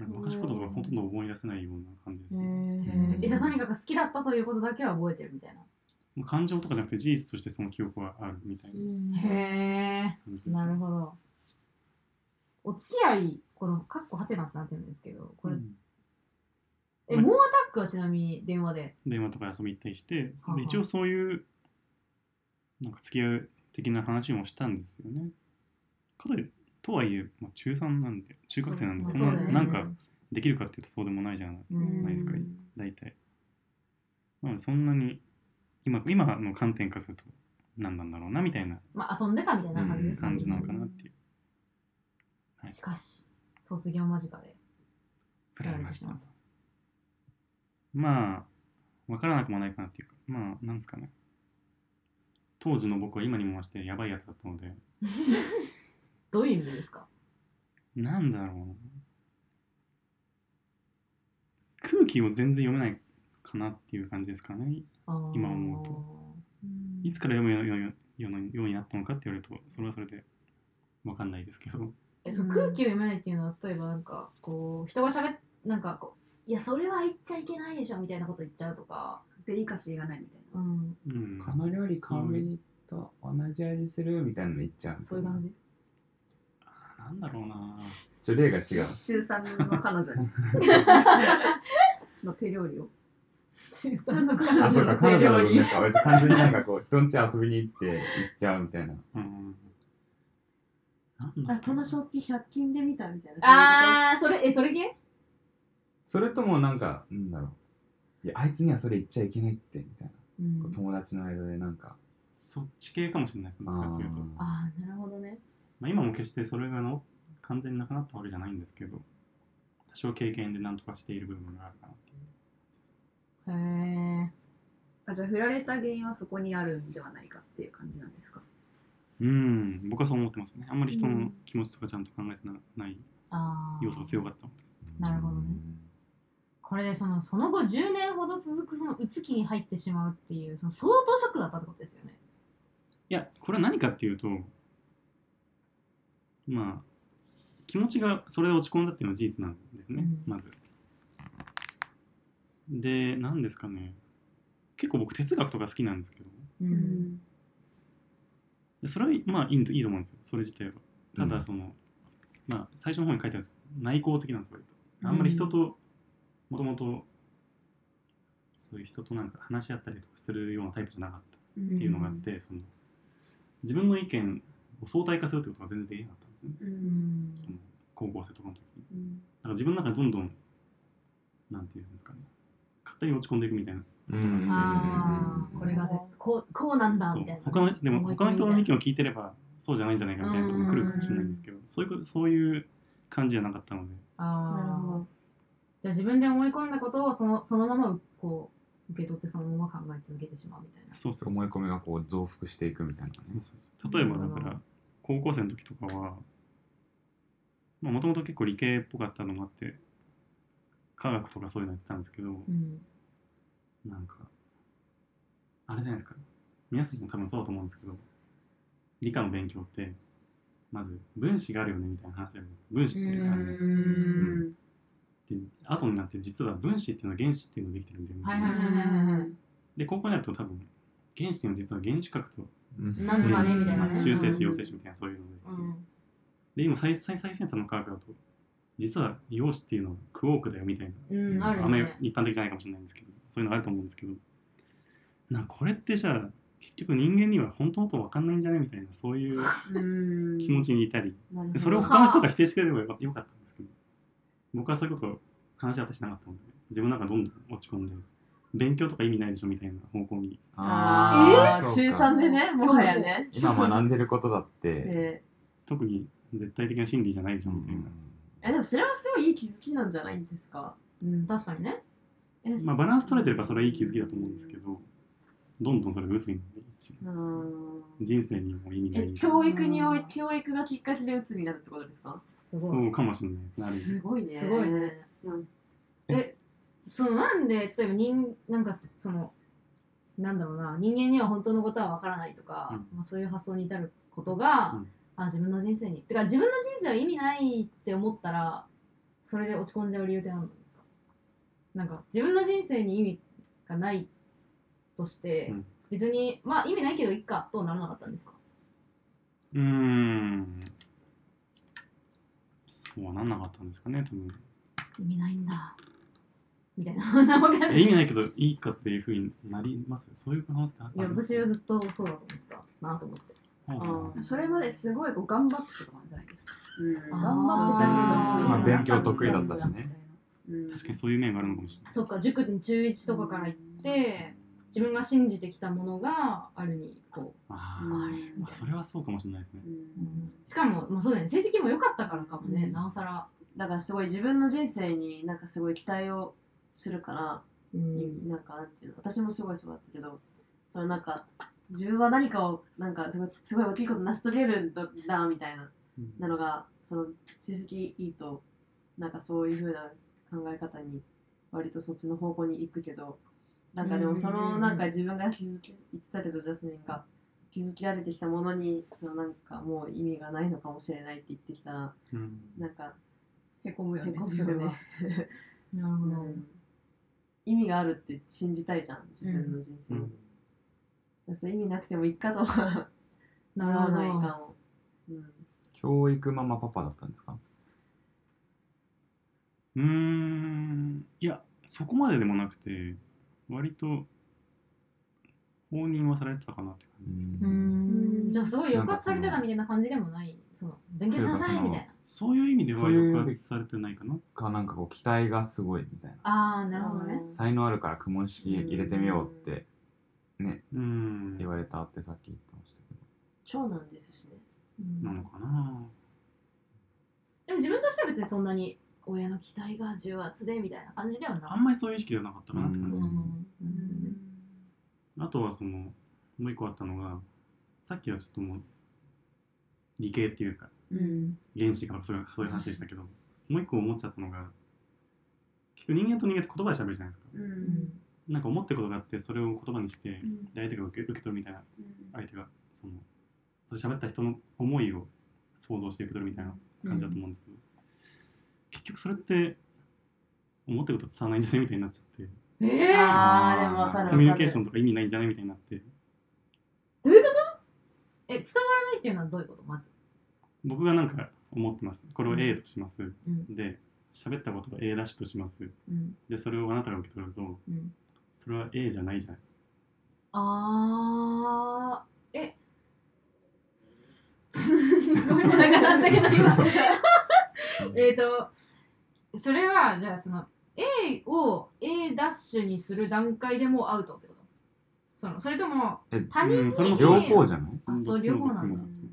C: なんか昔のこととかほとんど思い出せないような感じです
B: え
C: ね、
B: ー、えじゃあとにかく好きだったということだけは覚えてるみたいな
C: もう感情とかじゃなくて事実としてその記憶はあるみたいな
B: へ
C: 感じです
B: えなるほどお付き合いこのカッコハテナってなってるんですけどこれ、
C: うん
B: え
C: うん
B: 猛アタックはちなみに電話で
C: 電話とか遊び行ったりして
B: はあはあ
C: 一応そういうなんか付き合う的な話もしたんですよね。かといとはいえ、まあ、中3なんで中学生なんで
B: そ
C: そうの
B: そうだよね
C: なんかできるかっていうとそうでもないじゃない
B: うん
C: ナイスカイ大体。なのでそんなに今今の観点からすると何なんだろうなみたいな
B: まあ遊んでたみたいな感じ
C: う
B: で
C: ん
B: すね
C: 感じなのかなっていう。はい
B: しかし卒業間近で
C: 振られまし
B: 振
C: た
B: られ。
C: まあ、わからなくもないかなっていうか、まあ、なんですかね。当時の僕は今にもましてやばいやつだったので、
B: どういう意味ですか
C: なんだろうな。空気を全然読めないかなっていう感じですかね。今思うといつから読むようよようようになったのかって言われると、それはそれでわかんないですけど。
B: えそう空気を読めないっていうのは例えばなんかこう人がしゃべなんかこういやそれは言っちゃいけないでしょみたいなこと言っちゃうとか、
G: デリカシーがないみたいな。
B: うん、
C: うん、
E: 釜料理缶にと同じ味するみたいなの言っちゃう
B: そういう感じ
C: なんだろうな。
E: ちょ例が 違う
G: 中3の彼女にの手料理を。
B: 中三の彼女
E: あそうか彼
B: の
E: 女
B: 手
E: の
B: 料理
E: なんか俺完全になんかこう人ん家遊びに行って行っちゃうみたいな
C: うん。なんだ
F: あ
C: っけ
F: この食器100均で見たみたいな
B: ああそれえそれ系
E: それともなんかなんだろういやあいつにはそれ言っちゃいけないってみたいな、
B: うん
E: こう友達の間でなんか
C: そっち系かもしれないですね、どっちかっていうと。
B: あ
E: あ
B: あなるほどね
C: まあ、今も決してそれがの完全になくなったわけじゃないんですけど多少経験で何とかしている部分があるかなっていう
B: へえ
G: あじゃあ振られた原因はそこにあるんではないかっていう感じなんですか。
C: うん僕はそう思ってますねあんまり人の気持ちとかちゃんと考えてなない
B: ああ
C: 要素が強かったので
E: ー
B: なるほどねこれでそのその後10年ほど続くそのうつ期に入ってしまうっていうその相当ショックだったってことですよね
C: いやこれは何かっていうとまあ気持ちがそれで落ち込んだっていうのは事実なんですね、
B: うん
C: まずで何ですかね結構僕哲学とか好きなんですけど
B: う、
G: うん
C: でそれはまあいいんいいと思うんですよそれ自体はた
E: う
C: だ
E: ん
C: その、まあ最初の方に書いてあるんですけど内向的なんですよ割とあんまり人ともともとそういう人となんか話し合ったりとかするようなタイプじゃなかった
B: うん、
C: っていうのがあって、その自分の意見を相対化するってことが全然できなかったんですね
G: う
B: うんん
C: その高校生とかの時に
G: う
C: だ
G: ん
C: から自分の中でどんどんなんていうんですかね勝手に落ち込んでいくみたいな
E: うんうんうんうん
B: ああこれがぜこうこうなんだ
C: そう
B: みたいな
C: 他のでも
B: 思い
C: 他の
B: 込みみたい
C: 人
B: な
C: の意見を聞いてればそうじゃないんじゃないかみたいなことも来るかもしれないんですけどそういうことそういう感じじゃなかったので
B: ああ
F: るほど
B: じゃあ自分で思い込んだことをそのそのままこう受け取ってそのまま考え続けてしまうみたいな
C: そうそうそう
E: 思い込みがこう増幅していくみたいなね
C: そうそう例えばだか
B: なるほ
C: ら高校生の時とかはもともと結構理系っぽかったのもあって科学とかそういうのやってたんですけど
B: うん
C: なんかあれじゃないですか皆さんも多分そうだと思うんですけど理科の勉強ってまず分子があるよねみたいな話だよね分子ってあるね
G: うん
C: で後になって実は分子っていうのは原子っていうのができてるんだよね、
B: はいはいはいはいはい
C: で高校になると多分原子っていうのは実は原子核と
E: うん
B: なんとかねみたいな
C: まあ
B: ね
C: 中性子陽性子みたいなそういうので、
B: うん
C: で今最最最先端の科学だと実は陽子っていうのはクォークだよみたいな、
B: うんある
C: あ
B: よ
C: んまり
B: ね
C: 一般的じゃないかもしれないんですけどそういうのあると思うんですけどなんかこれってじゃあ結局人間には本当のこと分かんないんじゃねみたいなそういう気持ちに いたりでそれを他の人が否定してくれればよかよかったんですけど僕はそういうこと話し合ったしなかったので自分なんかどんどん落ち込んで勉強とか意味ないでしょみたいな方向に
E: あー
F: え
E: そう
F: ー
E: か
F: 中3でねもはやね
E: 今学んでることだって、
F: で
C: 特に絶対的な真理じゃないでしょみたいな、
F: えでもそれはすごいいい気づきなんじゃないんですか
B: うん、確かにね。
F: え
C: まあ、バランス取れてればそれはいい気づきだと思うんですけどどんどんそれが薄いので
F: うーん
C: 人生にも意味な
F: え
C: い
F: 教育におい教育がきっかけで鬱になるってことですか
B: すご
C: そうかもしれないですねある意味
F: すごいね
B: すごいね。
F: うん
B: え、そのなんで例えば人なんかそのなんだろうな人間には本当のことはわからないとか、
C: うん
B: まあそういう発想に至ることが、
C: うん
B: あ自分の人生にてか自分の人生は意味ないって思ったらそれで落ち込んじゃう理由って何なんですか。なんか自分の人生に意味がないとして、
C: うん
B: 別にまあ意味ないけどいっかとはならなかったんですか。
C: うーんそうはなんなかったんですかね多分
B: 意味ないんだみたいな なんかわかんない
C: え意味ないけどいいかっていうふうになりますそういう可能性ってあっ
B: いや、私はずっとそうだと思ってたなと思って。
C: はいはいはい
G: それまですごいこう頑張ってとかなんじゃないですか。
B: あー
G: 頑張って
B: あーまあ勉強得意だ
E: ったしね。
C: 確かにそういう面があるのかもしれない
B: そっか、塾に中1とかから行って、自分が信じてきたものがあるにこ
C: あ
B: う、
C: ー
B: あれみ
C: ま
B: た
C: あ
B: い
C: それはそうかもしれないですね
B: な。しかも、まあ、そうだよね、成績も良かったからかもね、
F: うん
B: なおさら。
F: だからすごい自分の人生になんかすごい期待をするから、
B: うん、
F: なんかなんていうの私もすごいそうだったけどそのなんか自分は何かをなんかすごいすごい大きいこと成し遂げるんだなみたいな
C: うん
F: なのがその成績いいとなんかそういうふうな考え方に割とそっちの方向に行くけどなんかでもそ
B: うんうんう
F: の
B: ん
F: なんか自分が気づき言ってたけどジャスミンが気づきられてきたものにそのなんかもう意味がないのかもしれないって言ってきたら
C: うん
F: なんか
G: へこむよ
F: へ
G: ね
F: こ。む
G: そ
F: よ
G: れ
F: ね
G: は。
B: なるほど。
F: 意味があるって信じたいじゃん自分の人生
C: う
F: に、
C: ん
F: そう意味なくてもいいかとは
B: な
F: ならない
B: る
F: か
B: ほど。
F: も、うん、
E: 教育ママパパだったんですか
C: うーんいやそこまででもなくて割と放任はされてたかなって感じです
B: うーん、じゃあすごい抑圧されて
E: な
B: た
E: んか
B: み
E: その
B: たいな感じでもない、その、勉強しなさいみたいな。
C: そういう意味では
E: そういう
C: 抑圧されてないかな
E: かなんかこう期待がすごいみたいな
B: ああ、なるほどね。
E: 才能あるから公文式入れてみようって
C: うん
E: 言われたってさっき言ってましたけど
F: 長男ですしね
B: うん
C: なのかな
B: でも自分としては別にそんなに、親の期待が重圧でみたいな感じでは
C: あ
B: なん
C: まりそういう意識ではなかったかなって
B: い。
C: 感
B: う
C: じ
B: ん
E: う
B: うん
C: あとはそのもう一個あったのがさっきはちょっともう理系っていうか
B: うん
C: 原子からそういうそういう話でしたけどもう一個思っちゃったのが結局人間と人間って言葉で喋るじゃないですか
F: う
B: うんん
C: なんか思ってることがあってそれを言葉にして
F: うん
C: で相手が受け受け取るみたいな
F: うん
C: 相手がそのそれ喋った人の思いを想像して受け取るみたいな感じだと思うんですけど、結局それって思ってること伝わらないんじゃないみたいになっちゃって
B: えー
F: あーでもわかるわかる
C: コミュニケーションとか意味ないんじゃないみたいになって
B: どういうことえ、伝わらないっていうのはどういうことまず。
C: 僕がなんか思ってますこれを A とします、
B: うん
C: で喋ったことが A ダッシュとします
B: うん。
C: でそれをあなたが受け取ると
B: うん。
C: それは A じゃないじゃない
B: あー、え。 ごめんなさい、なんだけど今。えっと、それは、じゃあその、A を A ダッシュにする段階でもうアウトってことそのそれとも、
E: え
B: 他人
C: うんそれも
B: に、
E: 両方じゃない
B: あそう
C: どっちも
B: 両方なんだ
C: どっちもどっちも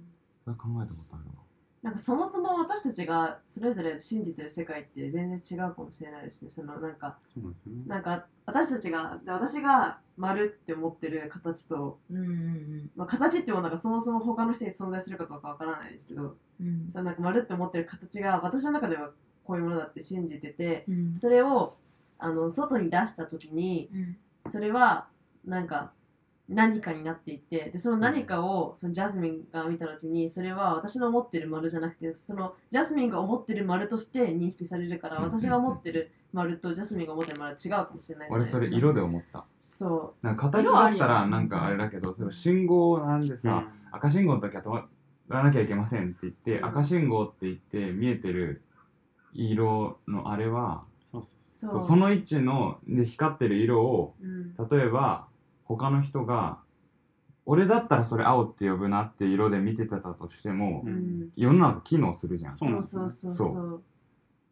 E: それ考えたことあるわ
F: なんかそもそも私たちがそれぞれ信じてる世界って全然違うかもしれないですねそのなんか
C: そうなんですよね
F: なんか私たちがで私が丸って思ってる形と、
B: うんうん
F: まあ、形ってもなんかそもそも他の人に存在するかどうかわからないですけど
B: うんうん
F: そのなんか丸って思ってる形が私の中ではこういうものだって信じてて
B: うん
F: それをあの外に出した時に
B: うん
F: それはなんか何かになっていてでその何かをそのジャスミンが見た時にそれは私の持ってる丸じゃなくてそのジャスミンが思ってる丸として認識されるから
E: うんうんうん
F: 私が持ってる丸とジャスミンが持ってる丸は違うかもしれないじゃない
E: 俺
F: ですか
E: それ色で思った
F: そ
E: なんか形
B: 色は
E: だ
B: あ
E: っ
B: るよ
E: たらなんかあれだけどそれ信号なんでさ、赤信号の時は止まらなきゃいけませんって言って、
F: うん
E: 赤信号って言って見えてる色のあれは
C: そうそう
E: そ
F: う
E: う
F: そう
E: その位置ので光ってる色を
F: うん
E: 例えば他の人が俺だったらそれ青って呼ぶなって色で見てたとしても、
C: うん
F: うん
E: 世の中機能するじゃん
C: そうなんです
F: そ
C: ね
F: うそう
E: そ
F: そううそう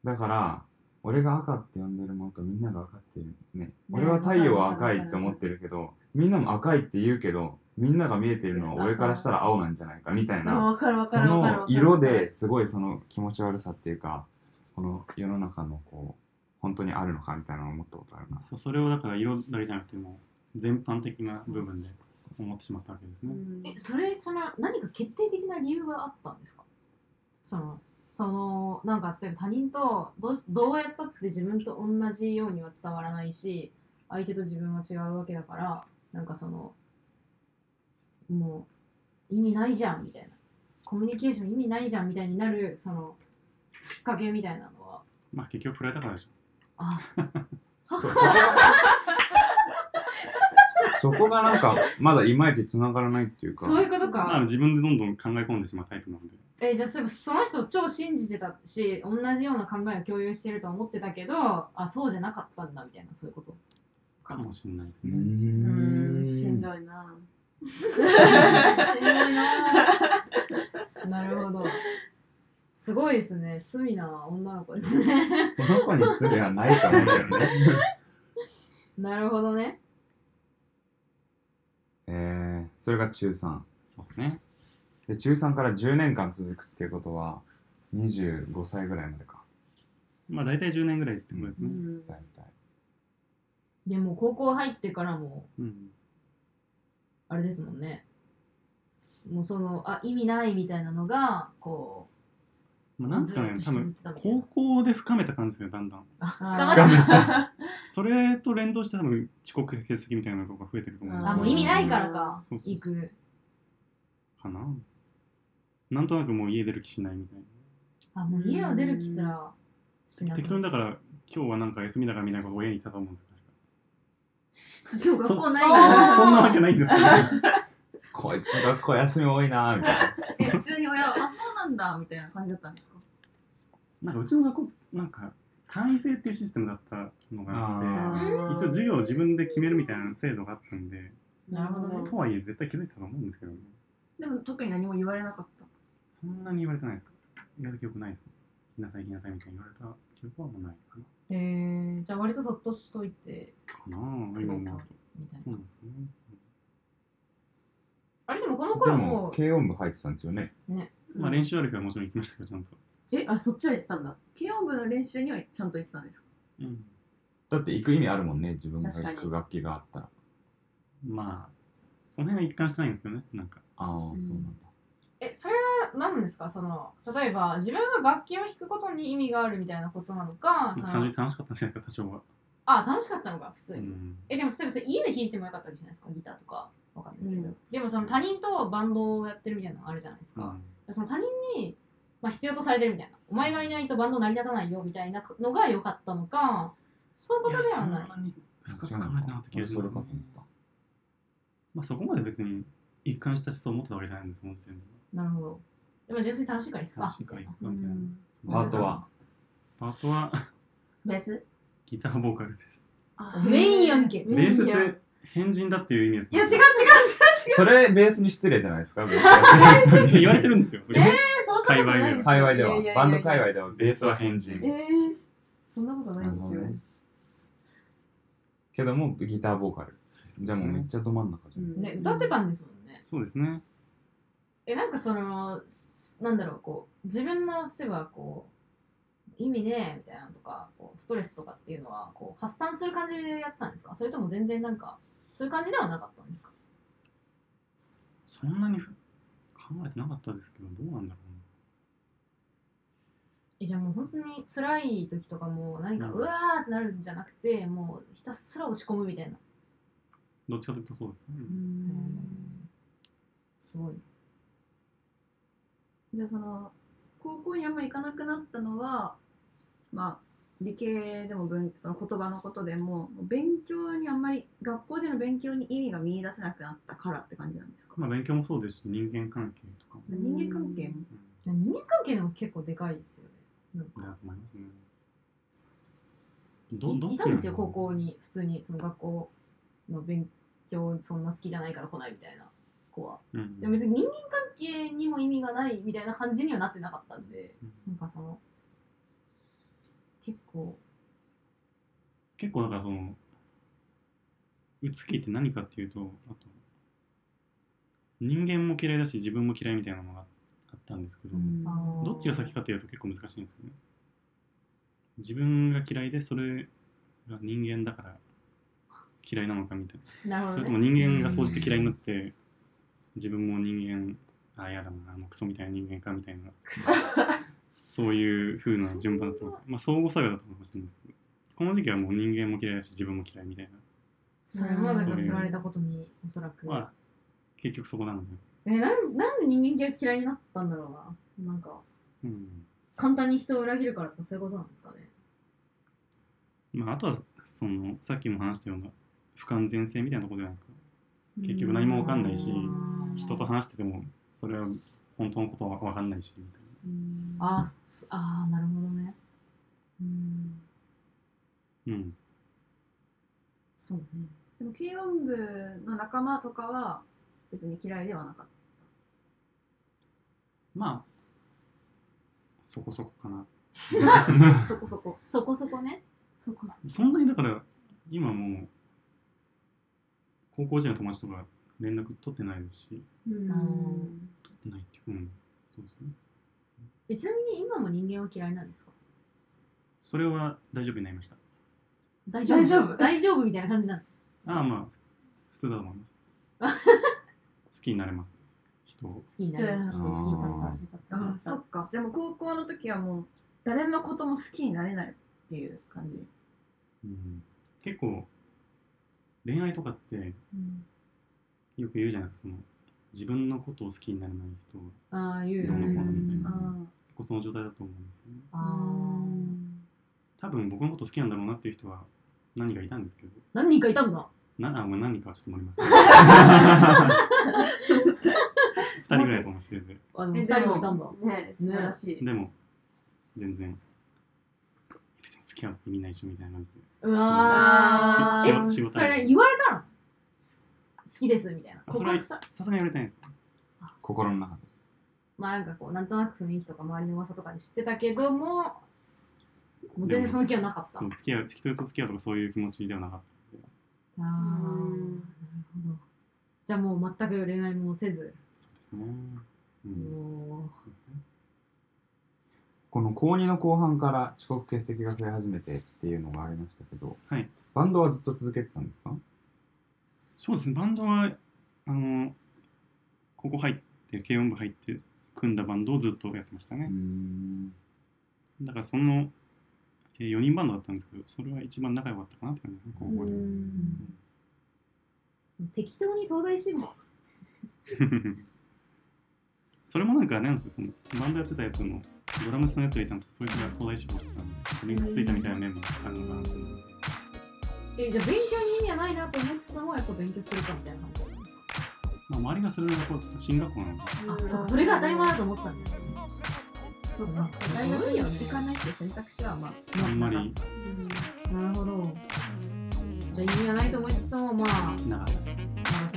E: だから俺が赤って呼んでるものとみんなが赤っていうね
F: うん
E: 俺は太陽は赤いって思ってるけどみんなも赤いって言うけどみんなが見えてるのは俺からしたら青なんじゃないかみたい
F: そう
E: な
F: わかるわ
E: そ
F: かるわかる
E: の色ですごいその気持ち悪さっていうかこの世の中のこう本当にあるのかみたいなのを思ったことあるな
C: そうそれをだから色だけじゃなくても全般的な部分で思ってしまったわけです
F: う
C: ね。
F: ん
B: えそれその何か決定的な理由があったんですかそのそのなんか例えば他人とどうしどうやったって自分と同じようには伝わらないし相手と自分は違うわけだからなんかそのもう意味ないじゃんみたいなコミュニケーション意味ないじゃんみたいになるそのきっかけみたいなのは
C: まあ結局振られたからでしょ。
B: あ
E: そうそこがそこがなん かまだいまいち繋がらないっていうか
B: そういうことか、
C: まあ自分でどんどん考え込んでしまうタイプなんで。
B: えーじゃあそういえばその人を超信じてたし同じような考えを共有してると思ってたけどあそうじゃなかったんだみたいなそういう こと
C: かもしれないです
E: うー
C: ね。
F: うんんしんどいな
B: しんどいなぁなるほどすごいですね罪な女の子ですね
E: この子に罪はないと思うんだよね。
B: なるほどね
E: えー、それが中3。
C: そうですね。
E: で、中3から10年間続くっていうことは、25歳ぐらいまでか、
C: まあ大体10年ぐらいってことです
F: う
C: ね。
F: ん
E: 大体。
B: でも高校入ってからも
C: うん。
B: あれですもんねもうそのあ意味ないみたいなのがこ
C: ま
B: う
C: あなんですかね、
B: ずっ
C: 多
B: と引きずってたみ
C: 分
B: たい
C: 高
B: な
C: 校で深めた感じですよ、だんだん。
B: あ
F: あ
B: 深まってた
C: それと連動して多分遅刻欠席みたいなとこが増えてると思うんで。
B: あもう意味ないからか
C: そうそう
B: 行く
C: かな。なんとなくもう家出る気しないみたい
B: あもう家を出る気すらしなくなっ
C: な。適当にだから今日はなんか休みだからみたいなこと親に言ったと思うんですよ。確か
G: 今日学校ない
B: そ
G: か
B: あ
G: ら
B: ー
C: そんなわけないんですけど、
E: こいつの学校休み多いなぁ、みたいな。
G: え 普通に親は、あ、そうなんだ、みたいな感じだったんですか
C: なんかうちの学校、なんか単位制っていうシステムだったのがあ
E: あ
C: って、一応授業を自分で決めるみたいな制度があったんで、
B: なるほどね
C: とはいえ絶対気づいてたと思うんですけどね。
G: でも特に何も言われなかった。
C: そんなに言われてないです。言われた記憶ないですね。来なさい、来なさいみたいに言われた記憶はもうないかな。
B: えー、じゃあ割とそっとしといて
C: かなぁ、今思うと。
B: みたい
C: そ
B: な
C: うなんですよね。
B: あれでもこの
E: で
B: 頃
E: も
B: も、
E: 軽音部入ってたんですよね。
C: まあ練習あるからもちろん行きましたけど、ちゃんと。
F: えあそっちは言ってたんだ
G: 軽音部の練習にはちゃんと行ってたんですか
C: うん。
E: だって行く意味あるもんね、自分が弾
F: 確か
E: く
F: に
E: 楽器があったら。
C: まあ、その辺は一貫してないんですけどね、なんか。
E: ああ、そうなんだ。
B: えそれは何ですかその例えば自分が楽器を弾くことに意味があるみたいなことなのかそ
C: まあ単純
B: の
C: に楽しかったんじゃないか、多少は。
B: あ楽しかったのか普通
C: う
B: に、
C: ん。
B: えでも例えばそれ家で弾いてもよかったわけじゃないですかギターとかわかんないけど、
F: うん
B: でもその他人とバンドをやってるみたいなのあるじゃないですか、その他人に、まあ、必要とされてるみたいなお前がいないとバンド成り立たないよみたいなのが良かったのかそういうこ
C: い
B: と
C: や
B: で
C: そ
B: は
C: ん
B: ない
C: なに深く
E: 違
C: 考
E: うの
C: えてなかった気がし
E: そ
C: ま
E: れ
C: す
E: か
C: ね
E: と思った。
C: まあそこまで別に一貫した思想を持ってたわけじゃないんです、もちろん。
B: なるほどでも純粋に楽しいから弾くか
C: 楽しいから弾くかみたいな
B: うん
E: パートは
C: パートは
F: ベース
C: ギターボーカルです。
B: メインやんけ
C: ベースって変人だっていう意味です
F: いや違う違う違う
C: う。
E: それベースに失礼じゃないですか、ベースやってる人 に
C: 言われてるんですよ。それ
F: そんなことないすよ
E: 界隈ではい
F: やいやいやいや
E: バンド界隈ではベースは変
F: え
E: 人。
F: ー、そんなことないんですよ、
E: なるほどねけどもギターボーカル。じゃあもうめっちゃど真ん中じゃん。
B: ね歌ってたんですもんね
C: そうですね。
B: えなんかそのすなんだろうこう自分の例えばこう意味ねえみたいなのとかこうストレスとかっていうのはこう発散する感じでやってたんですかそれとも全然なんかそういう感じではなかったんですか
C: そんなにふ考えてなかったですけど、どうなんだろ
B: えじゃあもう本当に辛い時とかも何か
C: うん
B: うわーってなるんじゃなくてもうひたすら落ち込むみたいな
C: うな。どっちかというとそうですね。
B: すごい
G: じゃあその、高校にあんま行かなくなったのは、まあ、理系でも文その言葉のことでも、勉強にあんまり、学校での勉強に意味が見出せなくなったからって感じなんですか、
C: まあ勉強もそうですし、人間関係とかも。
G: 人間関係も。
C: うん
B: 人間関係の方が結構でかいですよねなんか
C: だと思いますね。どどっち
B: いいた
C: なんの
B: ですよ高校に普通にその学校の勉強そんな好きじゃないから来ないみたいな個は。
C: うん
B: でも別に人間関係にも意味がないみたいな感じにはなってなかったんで、
C: うん
B: なんかその、結構、
C: 結構だからその美って何かっていうとあと人間も嫌いだし自分も嫌いみたいなのがあったんですけど、
B: あの
C: どっちが先かっていうと結構難しいんですよね自分が嫌いでそれが人間だから嫌いなのかみたい
F: なる
C: な
F: ほ
C: そ
F: ど
C: れと
F: ね
C: も人間が総じて嫌いになって自分も人間あ嫌だなあのクソみたいな人間かみたいなそういう風な順番だと思うまあ相互作用だと思うかもしれないですけどこの時期はもう人間も嫌いだし自分も嫌いみたいな
B: それもだから
C: そうい
B: 振
C: う
B: られたことにおそらく。
C: まあ結局そこなので、
B: えなんなんで人間嫌いになったんだろうな。なんか、
C: うん
B: 簡単に人を裏切るからとかそういうことなんですかね。
C: まあ、あとはそのさっきも話したような不完全性みたいなところじゃないですか結局何もわかんないし人と話しててもそれは本当のことは分かんないしみたい
B: あーすあー、なるほどね。うん、
C: な、うん、
B: そうね。
G: でも軽音部の仲間とかは別に嫌いではなかっ
C: まあそこそこか な
G: た。そこそこ。
B: そこそこね。
F: そこ
C: そんなにだから今もう高校時代の友達とか連絡取ってないですし
F: うん
C: 取ってないっていううんそうですね
B: えちなみに今も人間は嫌いなんですか
C: それは大丈夫になりました
B: 大丈夫
F: 大丈夫
B: 大丈夫みたいな感じなの。
C: ああまあ普通だと思います好きになれます人
B: 好
C: を
B: きになる人を好きになっ
G: あーそっか。じゃあもう高校の時はもう誰のことも好きになれないっていう感じ。
C: うん結構恋愛とかってよく言うじゃないですかその自分のことを好きになれない人は
B: た。ああ、言う
C: ど
B: よ
C: うのこうの
B: ね。
C: みたい
G: あ
C: な
G: ー
C: 結構その状態だと思うんですよね
B: あー
C: 多分僕のこと好きなんだろうなっていう人は何人かいたんですけど
B: 何人かいたんだ。
C: なあまあ何人かはちょっと盛ります2人ぐらいだと思いますけど
B: あの
F: え
B: 二
F: で
B: 人もいたんだ。
F: ね素晴らしい
C: でも全然別に付き合うってみんな一緒みたいな感じで
B: う
F: わ
B: わ
F: ー
B: ー。
C: し仕事
B: それ言われたのす好きですみたいな。
C: あそ
B: 告
C: れは
B: 白さ
C: さすがに言われてないです
E: 心の中で
B: まあなんかこう、なんとなく雰囲気とか周りの噂とかで知ってたけども、もう全然その気はなかった。あ
C: そう付き合う適当と付き合うとかそういう気持ちではなかっ
B: あー、なるほど。じゃあもう全く恋愛もせず、
C: たそうですねうん
B: も
C: そうですね
E: この高2の後半から遅刻欠席が増え始めてっていうのがありましたけど、
C: はい
E: バンドはずっと続けてたんですか
C: そうですね、バンドは、あの、ここ入って、軽音部入って、組んだバンドをずっとやってました
E: うー
C: ね。
E: ん
C: だから、その、え4人バンドだったんですけど、それは一番仲良かったかなって感じですね、高
F: う
C: 校で。
F: ん
B: う適当に東大志望。
C: それもなんか、あれなんですよ、その、バンドやってたやつの、ドラムスのやつがいたんですけど、そいつが東大志望だったんで、それにくっついたみたいな面もあるのかなと思います
B: え、じゃあ勉強に意味はないなと思ってたのはやっぱ勉強するかみたいな感じだったんですか
C: まあ、周りがするのがこう進学校なんで、
B: あ、そうかそれが当たり前だと思ったんだよ。
G: そうか。大学には行かないっていう選択肢はまあ。
C: あんまり
B: なるほど。じゃあ意味がないと思いつつも、まあ、
C: なかった。
B: まあ、